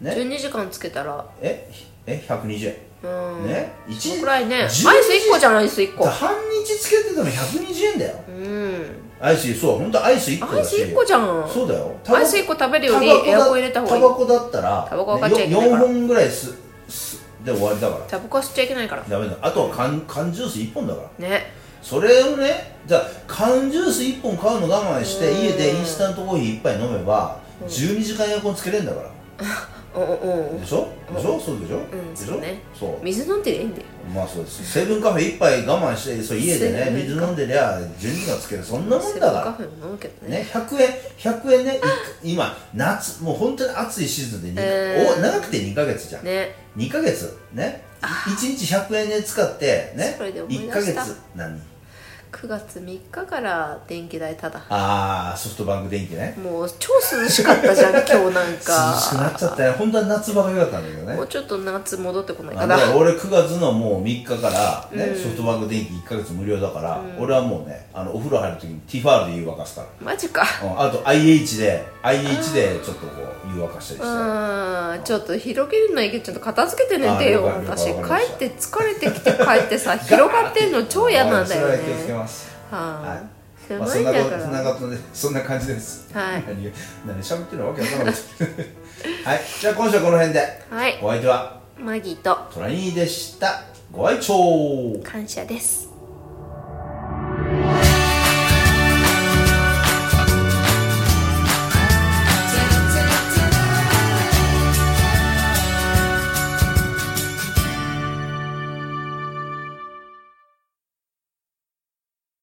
[SPEAKER 3] ね
[SPEAKER 2] 12時間つけたら
[SPEAKER 3] えひえ120円
[SPEAKER 2] うん
[SPEAKER 3] ね一
[SPEAKER 2] そのくらいねアイス
[SPEAKER 3] 12
[SPEAKER 2] 1個じゃないアイス1個
[SPEAKER 3] 半日つけてても120円だよ
[SPEAKER 2] うん
[SPEAKER 3] アイスそう本当アイス1個
[SPEAKER 2] ア
[SPEAKER 3] だ
[SPEAKER 2] イス
[SPEAKER 3] し
[SPEAKER 2] 1個じゃん
[SPEAKER 3] そうだよ
[SPEAKER 2] アイス1個食べるよりエアコン入れた方がいい
[SPEAKER 3] タバコだったら
[SPEAKER 2] タバコは買っちゃいけないから
[SPEAKER 3] 4本ぐらいすすで終わりだから
[SPEAKER 2] タバコは吸っちゃいけないから
[SPEAKER 3] ダメだあとは缶缶ジュース1本だから
[SPEAKER 2] ね
[SPEAKER 3] それをねじゃあ缶ジュース1本買うの我慢して
[SPEAKER 2] うん
[SPEAKER 3] 家でインスタントコーヒー1杯飲めば12時間エアコンつけれんだから
[SPEAKER 2] おお
[SPEAKER 3] でしょでしょそうでしょ
[SPEAKER 2] ん
[SPEAKER 3] でし
[SPEAKER 2] そう
[SPEAKER 3] ょ
[SPEAKER 2] ね
[SPEAKER 3] そう
[SPEAKER 2] お水飲んでりゃいいんだよ
[SPEAKER 3] まあそうですセブンカフェ一杯我慢してそう家で
[SPEAKER 2] セ
[SPEAKER 3] ね
[SPEAKER 2] ブン
[SPEAKER 3] 水飲んでりゃ12がつけるそんなもんだ
[SPEAKER 2] カ
[SPEAKER 3] か
[SPEAKER 2] フェも飲むけど
[SPEAKER 3] ら
[SPEAKER 2] ね
[SPEAKER 3] ね100円100円ねい今夏もう本当に暑いシーズンでに、
[SPEAKER 2] うん
[SPEAKER 3] お長くて2ヶ月じゃん、
[SPEAKER 2] ね
[SPEAKER 3] 2ヶ月ね1日100円で使ってね
[SPEAKER 2] それで思い出
[SPEAKER 3] 1
[SPEAKER 2] した
[SPEAKER 3] ヶ月何
[SPEAKER 2] 9月3日から電気代ただ
[SPEAKER 3] ああソフトバンク電気ね
[SPEAKER 2] もう超涼しかったじゃん今日なん
[SPEAKER 3] 涼
[SPEAKER 2] か
[SPEAKER 3] しくなっちゃったよ本当は夏場が良かったんだけどね
[SPEAKER 2] もうちょっと夏戻ってこない
[SPEAKER 3] あ
[SPEAKER 2] か
[SPEAKER 3] だ
[SPEAKER 2] な
[SPEAKER 3] から俺9月のもう3日から、ね
[SPEAKER 2] うん
[SPEAKER 3] ソフトバンク電気1ヶ月無料だから、俺はもうねあのお風呂入る時にティファールで湯沸かすから
[SPEAKER 2] マジか
[SPEAKER 3] うんあと IH で IH でちょっとこう湯沸かしたりして
[SPEAKER 2] うんちょっと広げるのいいけどちょっと片付けて寝て
[SPEAKER 3] あ
[SPEAKER 2] よ
[SPEAKER 3] 了解了解
[SPEAKER 2] 私
[SPEAKER 3] わ
[SPEAKER 2] 帰
[SPEAKER 3] かりまし
[SPEAKER 2] ったて疲れてきて帰ってさ広がってるの超嫌なんだよ
[SPEAKER 3] はいそれは気をつけ
[SPEAKER 2] ね
[SPEAKER 3] ますは
[SPEAKER 2] はいい
[SPEAKER 3] ま
[SPEAKER 2] 狭
[SPEAKER 3] あそ
[SPEAKER 2] い
[SPEAKER 3] ん
[SPEAKER 2] ん
[SPEAKER 3] な
[SPEAKER 2] だ
[SPEAKER 3] こと
[SPEAKER 2] か
[SPEAKER 3] そんな
[SPEAKER 2] ら
[SPEAKER 3] ことでそんな感じです
[SPEAKER 2] はい
[SPEAKER 3] 何が何喋ってるのわけわかんないはいじゃあ今週はこの辺で
[SPEAKER 2] はい
[SPEAKER 3] お相手は
[SPEAKER 2] マギーと
[SPEAKER 3] トラニーでしたご愛聴
[SPEAKER 2] 感謝です